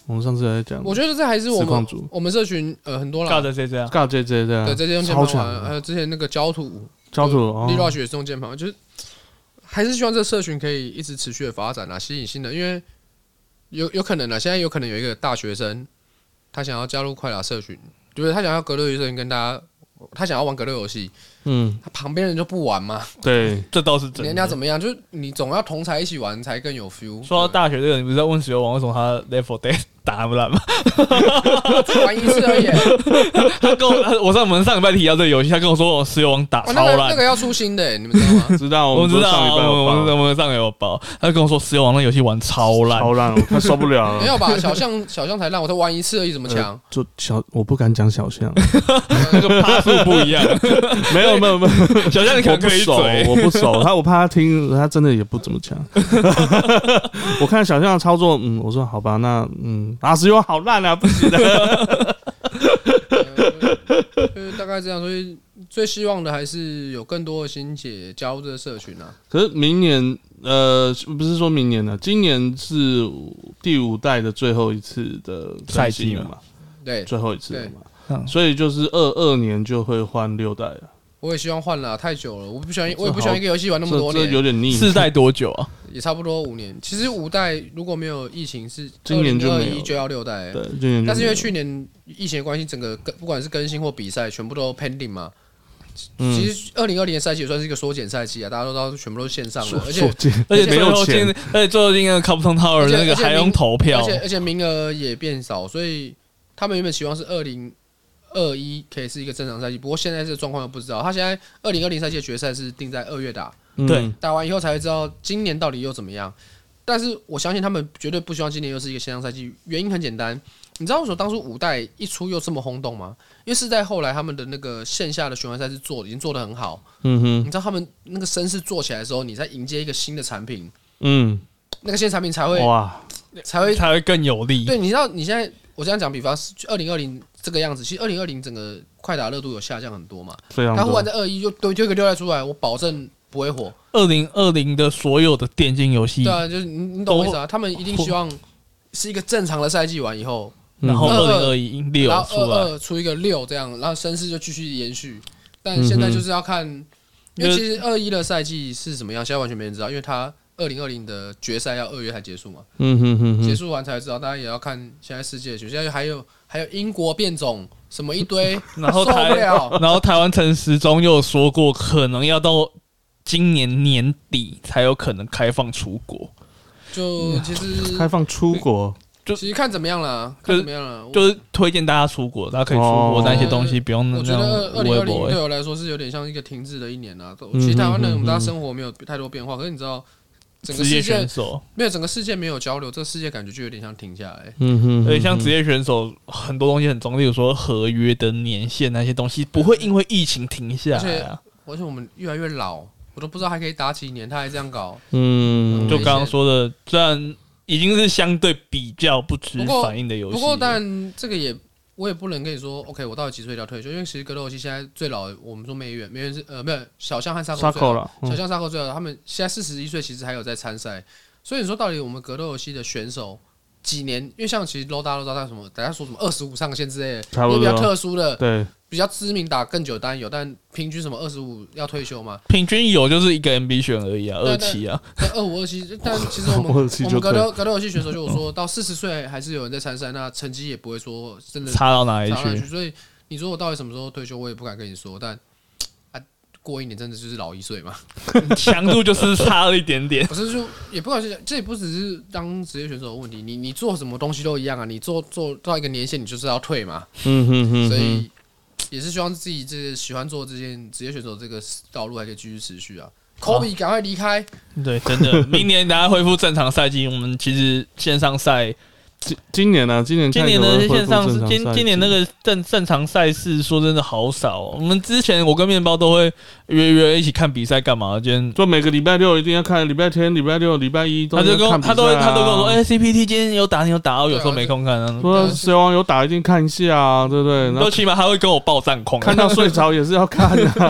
C: 我们上次还讲，
B: 我觉得这还是我
C: 实况
B: 们
C: 组
B: 我们社群呃很多
A: 尬
B: 啦，
A: 着这这样。
C: 尬 J J 的，
B: 对，这些用键
C: 啊超
B: 盘
C: 强
B: 玩，啊呃还
C: 的，
B: 有之前那个焦土
C: 焦土哦
B: l i r o s 也是用键盘，就是还是希望这社群可以一直持续的发展啊，吸引新的，因为有有可能啊，现在有可能有一个大学生，他想要加入快打社群，就是他想要格斗游戏跟大家，他想要玩格斗游戏，
C: 嗯，
B: 他旁边人就不玩嘛，
C: 对，
A: 这倒是真的。
B: 人家怎么样，就是你总要同才一起玩才更有 feel。
A: 说到大学这个，你不是在问石油王为什么他 level day 打不烂吗？
B: 玩一次 而已。哦
A: 他跟我，他我上我们上礼拜提到这个游戏，他跟我说我石油王打超
B: 哇，那个
A: 烂
B: 那个。要出新的欸，你们知道吗？
C: 知道，
A: 我
C: 们不
A: 知道
C: 是上
A: 啊，
C: 礼拜
A: 我
C: 有
A: 们
C: 报
A: 我们上个有包，他就跟我说石油王那游戏玩超烂，
C: 超烂，我快受不了
B: 没
C: 了。
B: 有吧？小象小象才烂，我才玩一次而已，怎么
A: 呃
B: 强？
C: 就小，我不敢讲小 象，
A: 那个趴数不一 样。
C: 没有没有没 有，
A: 小象你可
C: 我
A: 能
C: 不
A: 可以
C: 熟，
A: 嘴，
C: 我不熟，他我怕他听，他真的也不怎么 强。我看小象的操作，嗯，我说好吧，那啊嗯，阿石油好烂啊，不行的，
B: 呃就是大概这样，所以最希望的还是有更多的新姐加入这个社群啊。
C: 可是明年，呃，不是说明年了，今年是第五代的最后一次的
A: 赛季
C: 更新嘛，
B: 对，
C: 最后一次了嘛，
A: 嗯
C: 所以就是二二年就会换六代了，
B: 我也希望换了啊、太久了，我不喜欢，
C: 好
B: 我也不喜欢一个游戏玩那么
C: 这
B: 多
C: 这有
B: 年，
C: 点腻。
A: 世代多久啊？
B: 也差不多五年。其实五代如果没有疫情是
C: 今年就
B: 二
C: 没有
B: 一就要六 代、啊
C: 对，今年就
B: 但是
C: 没
B: 因为
C: 有
B: 去年疫情的关系，整个更不管是更新或比赛，全部都 pending 嘛。
C: 嗯
B: 其实二零二零赛季也算是一个缩减赛季啊，大家都知道全部都是线上的，而且
C: 缩减
A: 而且
C: 没
A: 最
C: 有
A: 后进
C: 钱，，
A: 而且最后进那个 Captain Tower
B: 而且
A: 那个还用投票
B: 而，且而且名额也变少，所以他们原本期望是二零二一可以是一个正常赛季，不过现在这个状况又不知道。他现在二零二零赛季的决赛是定在二月打，
C: 嗯
A: 对
B: 打完以后才会知道今年到底又怎么样。但是我相信他们绝对不希望今年又是一个线上赛季，原因很简单，你知道为什么当初五代一出又这么轰动吗？因为是在后来他们的那个线下的循环赛事做已经做得很好，
C: 嗯
B: 你
C: 哼，
B: 知道他们那个声势做起来的时候，你在迎接一个新的产品，
C: 嗯，
B: 那个新的产品才会
C: 哇，
B: 才会
A: 才会更有力。
B: 对，你知道你现在我这样讲，比方是二零二零这个样子，其实二零二零整个快打热度有下降很多嘛，
C: 非常
B: 他忽
C: 多
B: 然在。二一就丢丢一个六代出来，我保证不会火。
A: 二零二零的所有的电竞游戏
B: 对，啊，就是你你懂我意思啊？他们一定希望是一个正常的赛季完以后，
A: 然后
B: 嗯
A: 二零二一六
B: 然后
A: 出
B: 二
A: 来，
B: 二出一个六这样，然后声势就继续延续。但现在就是要看，
A: 嗯
B: 因为其实二一的赛季是什么样，现在完全没人知道，因为他二零二零的决赛要二月才结束嘛，
C: 嗯哼哼
B: 结
C: 哼，
B: 束完才知道。大家也要看现在世界的局，现在还有还有英国变种什么一堆，
A: 然后
B: 受
A: 台
B: 不了。
A: 然后台湾陈时中又有说过，可能要到今年年底才有可能开放出国。
B: 就 其实
C: 开放出国，
A: 就
B: 其实看怎么样啦，看怎么样啦。
A: 就是推荐大家出国，大家可以出国
C: 哦
A: 那些东西，不嗯用那
B: 我觉得二
A: 种
B: 二零
A: 微
B: 二零
A: 博哎
B: 对。我来说是有点像一个停滞的一年啊。都
C: 嗯
B: 其实台湾
C: 嗯
B: 人
C: 嗯
B: 我们大家生活没有太多变化，可是你知道，整个
A: 职业
B: 世
A: 选
B: 界
A: 手，
B: 没有整个世界没有交流，这个世界感觉就有点像停下来。
C: 嗯哼，
A: 而且像职
C: 接
A: 业选手，很多东西很重要，例如说合约的年限那些东西，不会因为疫情停下来啊。
B: 而且我们越来越老，我都不知道还可以打几年，他还这样搞。
C: 嗯，
A: 就刚刚说的，虽然已经是相对比较不知
B: 不过
A: 反应的游戏，
B: 不过，但这个也我也不能跟你说，OK，我到底几岁要退休？因为其实格斗游戏现在最老的，我们说梅远，梅远是呃，没有小象和沙
C: 沙
B: 口最
C: 口
B: 老。
C: 了，嗯
B: 小象沙克最后，他们现在四十一岁，其实还有在参赛。所以你说，到底我们格斗游戏的选手几年？因为像其实 low 大家都知道他什么，大家说什么二十五上限之类的，
C: 差不
B: 有
C: 多
B: 比较特殊的、
C: 对，
B: 比较知名打更久当然有，但平均什么二十五要退休嘛？
A: 平均有就是一个 MB 选而已啊，
B: 对
A: 二期啊，
B: 但二五二七， 但其实我 们
C: 27
B: 我
C: 就
B: 们格斗格斗游戏选手就有说到四十岁还是有人在参赛，那成绩也不会说真的
A: 差到哪里
B: 差上去。
A: 去？
B: 所以你说我到底什么时候退休，我也不敢跟你说。但啊，过一年真的就是老一岁嘛。
A: 强度就是差了一点 点。
B: 不是就也不管是这也不只是当职业选手的问题，你你做什么东西都一样啊，你做做到一个年限你就是要退嘛，
C: 嗯哼哼，
B: 所以也是希望自己这喜欢做这件职业选手这个道路还可以继续持续啊。科比赶快离开，
A: 对，真的，明年大家恢复正常赛季，我们其实线上赛，
C: 今今年啊呢，今年
A: 今
C: 看
A: 年
C: 有没有
A: 的
C: 嗯恢
A: 线
C: 复
A: 上
C: 正常
A: 今
C: 赛
A: 今年
C: 季
A: 那个正正常赛事，说真的好少、哦。我们之前我跟面包都会约约一起看比赛干嘛？今天
C: 就每个礼拜六一定要看，礼拜天、礼拜六、礼拜一都
A: 他就跟
C: 要
A: 我
C: 看比
A: 他
C: 赛啊
A: 都会他都跟我说，哎、c p t 今天有打，你有打，我有时候没空看啊。
C: 说谁网友打一定看一下啊，对不对？然
A: 都
C: 后
A: 起码他会跟我报战况、
C: 看到睡着也是要看的。
B: 对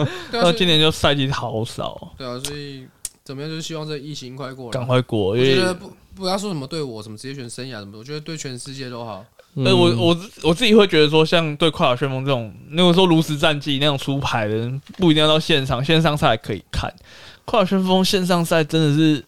B: 啊，
A: 那
B: 所
A: 今
B: 以
A: 年就赛季好少，
B: 对啊，所以怎么样就是希望这疫情快过
A: 赶
B: 了。
A: 快过，
B: 啊我
A: 因
B: 觉
A: 为
B: 得不不要说什么对我什么职业选生涯什么的，我觉得对全世界 都好。
A: 呃，
C: 嗯
A: 我我我自己会觉得说，像对《快打旋风》这种，那个说炉石战记那种出牌的，不一定要到线上，线上赛可以看。《快打旋风》线上赛真的是，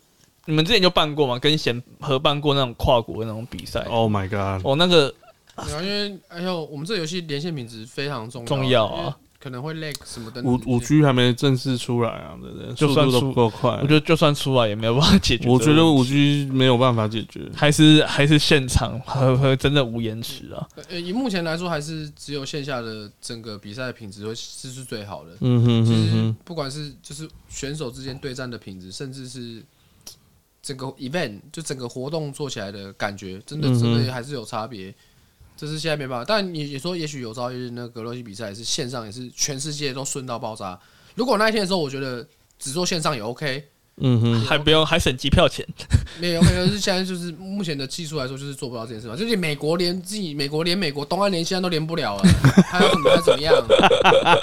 A: 你们之前就办过吗？跟贤合办过那种跨国的那种比赛，哦，
C: Oh my god！
A: 那个
B: 然后因为哎呦，我们这游戏连线品质非常重要，
A: 重要啊，
B: 可能会 lag 什么的。
C: 五五 G 还没正式出来啊，对不对？
A: 就
C: 速
A: 算
C: 度都
A: 出
C: 不够快
A: 我。觉得就算出来也没有办法解决这个
C: 哎我
A: 问题。
C: 觉得五 G 没有办法解决。
A: 还是还是现场和和真的无延迟啊，
B: 呃，以目前来说，还是只有线下的整个比赛的品质会是是最好的。
C: 嗯哼
B: 其
C: 哼
B: 实
C: 哼，
B: 不管是就是选手之间对战的品质，甚至是整个 event 就整个活动做起来的感觉，真的
C: 嗯哼
B: 真的还是有差别。这是现在没办法，但你也说，也许有朝一日那个格斗系比赛也是线上，也是全世界都顺到爆炸。如果那一天的时候，我觉得只做线上也 OK，
C: 嗯哼，
A: 还不用还省机票钱。
B: 没有，没有，就是现在就是目前的技术来说，就是做不到这件事嘛。就是美国连自己，美国连美国东岸连西岸都连不 了了，啊还要怎么还要怎么样？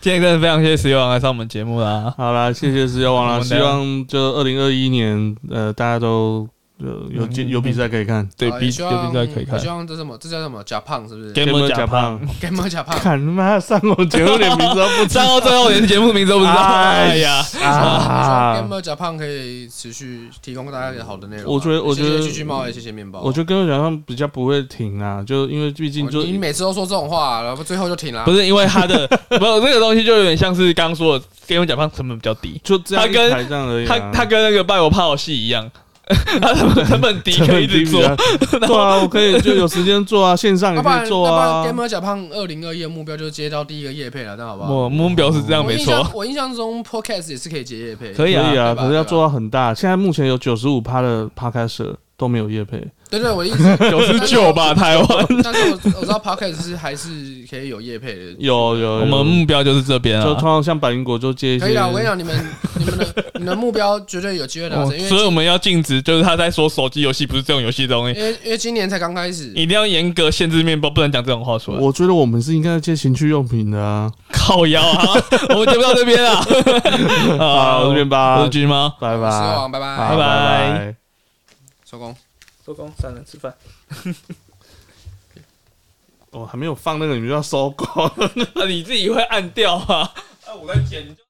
A: 今天真的非常谢谢石油王来上我们节目啦。
C: 好啦，谢谢石油王
A: 我
C: 啦，
A: 们
C: 希
A: 聊
C: 望就二零二一年，呃，大家都有有
A: 嗯
C: 有比赛可以看。
A: 对
B: 好
A: 比
B: 也
A: 有
B: 希望
A: 比赛可以看
B: 我希。望这什么，这叫什么？假胖是不是
A: Game
C: 有没有
A: 假胖
C: 胖，
B: g a m 假
A: 啊
B: 胖？
C: 看他妈上我节目连名字都不知
A: 上到最后连节目名字都不知道， 哎呀，
B: 啊 g a
C: 啊！
B: m 假胖可以持续提供大家好的内容啊。
C: 我觉得我觉得
B: 谢谢去猫，也谢谢面包。
C: 我觉得跟我讲他们比较不会停啊，就因为毕竟就
B: 哦你每次都说这种话，然后最后就停了
A: 不。是因为他的， 不，这个东西就有点像是刚刚说的，给我讲胖成本比较低，
C: 就这样
A: 他跟
C: 一台这样而已啊。
A: 他他跟那 个拜我泡戏一样， 他成本成本低可以一直做，
C: 对啊，我可以就有时间做啊，线上也
B: 要不
C: 可
B: 然，
C: 以
B: 要
C: 做
B: 不然
C: 啊
B: g a。m 假胖二零二一的目标就是接到第一个叶配了，那好不好？
A: 我目标是这样
B: 我
A: 没
B: 印
A: 错，
B: 象我印象中 Podcast 也是可以接叶配，
A: 可以
C: 可以
A: 啊，
C: 啊，
B: 对吧
C: 可是要做到很大。现在目前有九十五趴的 podcaster 都没有业配，
B: 对对，我的意思
A: 九十九吧，台 湾，
B: 哦但是我我知道 podcast 是还是可以有业配的，
C: 有有，
A: 我们目标就是这边
C: 有
A: 啊
C: 就通，常像百灵果就接一些，
B: 可以啊啦。我跟你讲，你们你们的你们的目标绝对有机会达
A: 哦
B: 成，因
A: 所以
B: 为
A: 我们要禁止，就是他在说手机游戏不是这种游戏的东西，
B: 因为因为今年才刚开始，
A: 一定要严格限制面包，不能讲这种话出来，
C: 我觉得我们是应该接情趣用品的啊。
A: 靠腰啊， 我们节目到这边啊， 啊
C: 好，这
A: 我
C: 边吧
A: 是，橘猫，
C: 拜
B: 我是狮
C: 拜
B: 哦王，，拜拜，
C: 好
A: 拜拜
C: 拜。
B: 收工。
A: 收工，散了，吃 饭。
C: 哦我还没有放那个，你们就要收工。
A: 你自己会按掉啊？啊，我在剪就。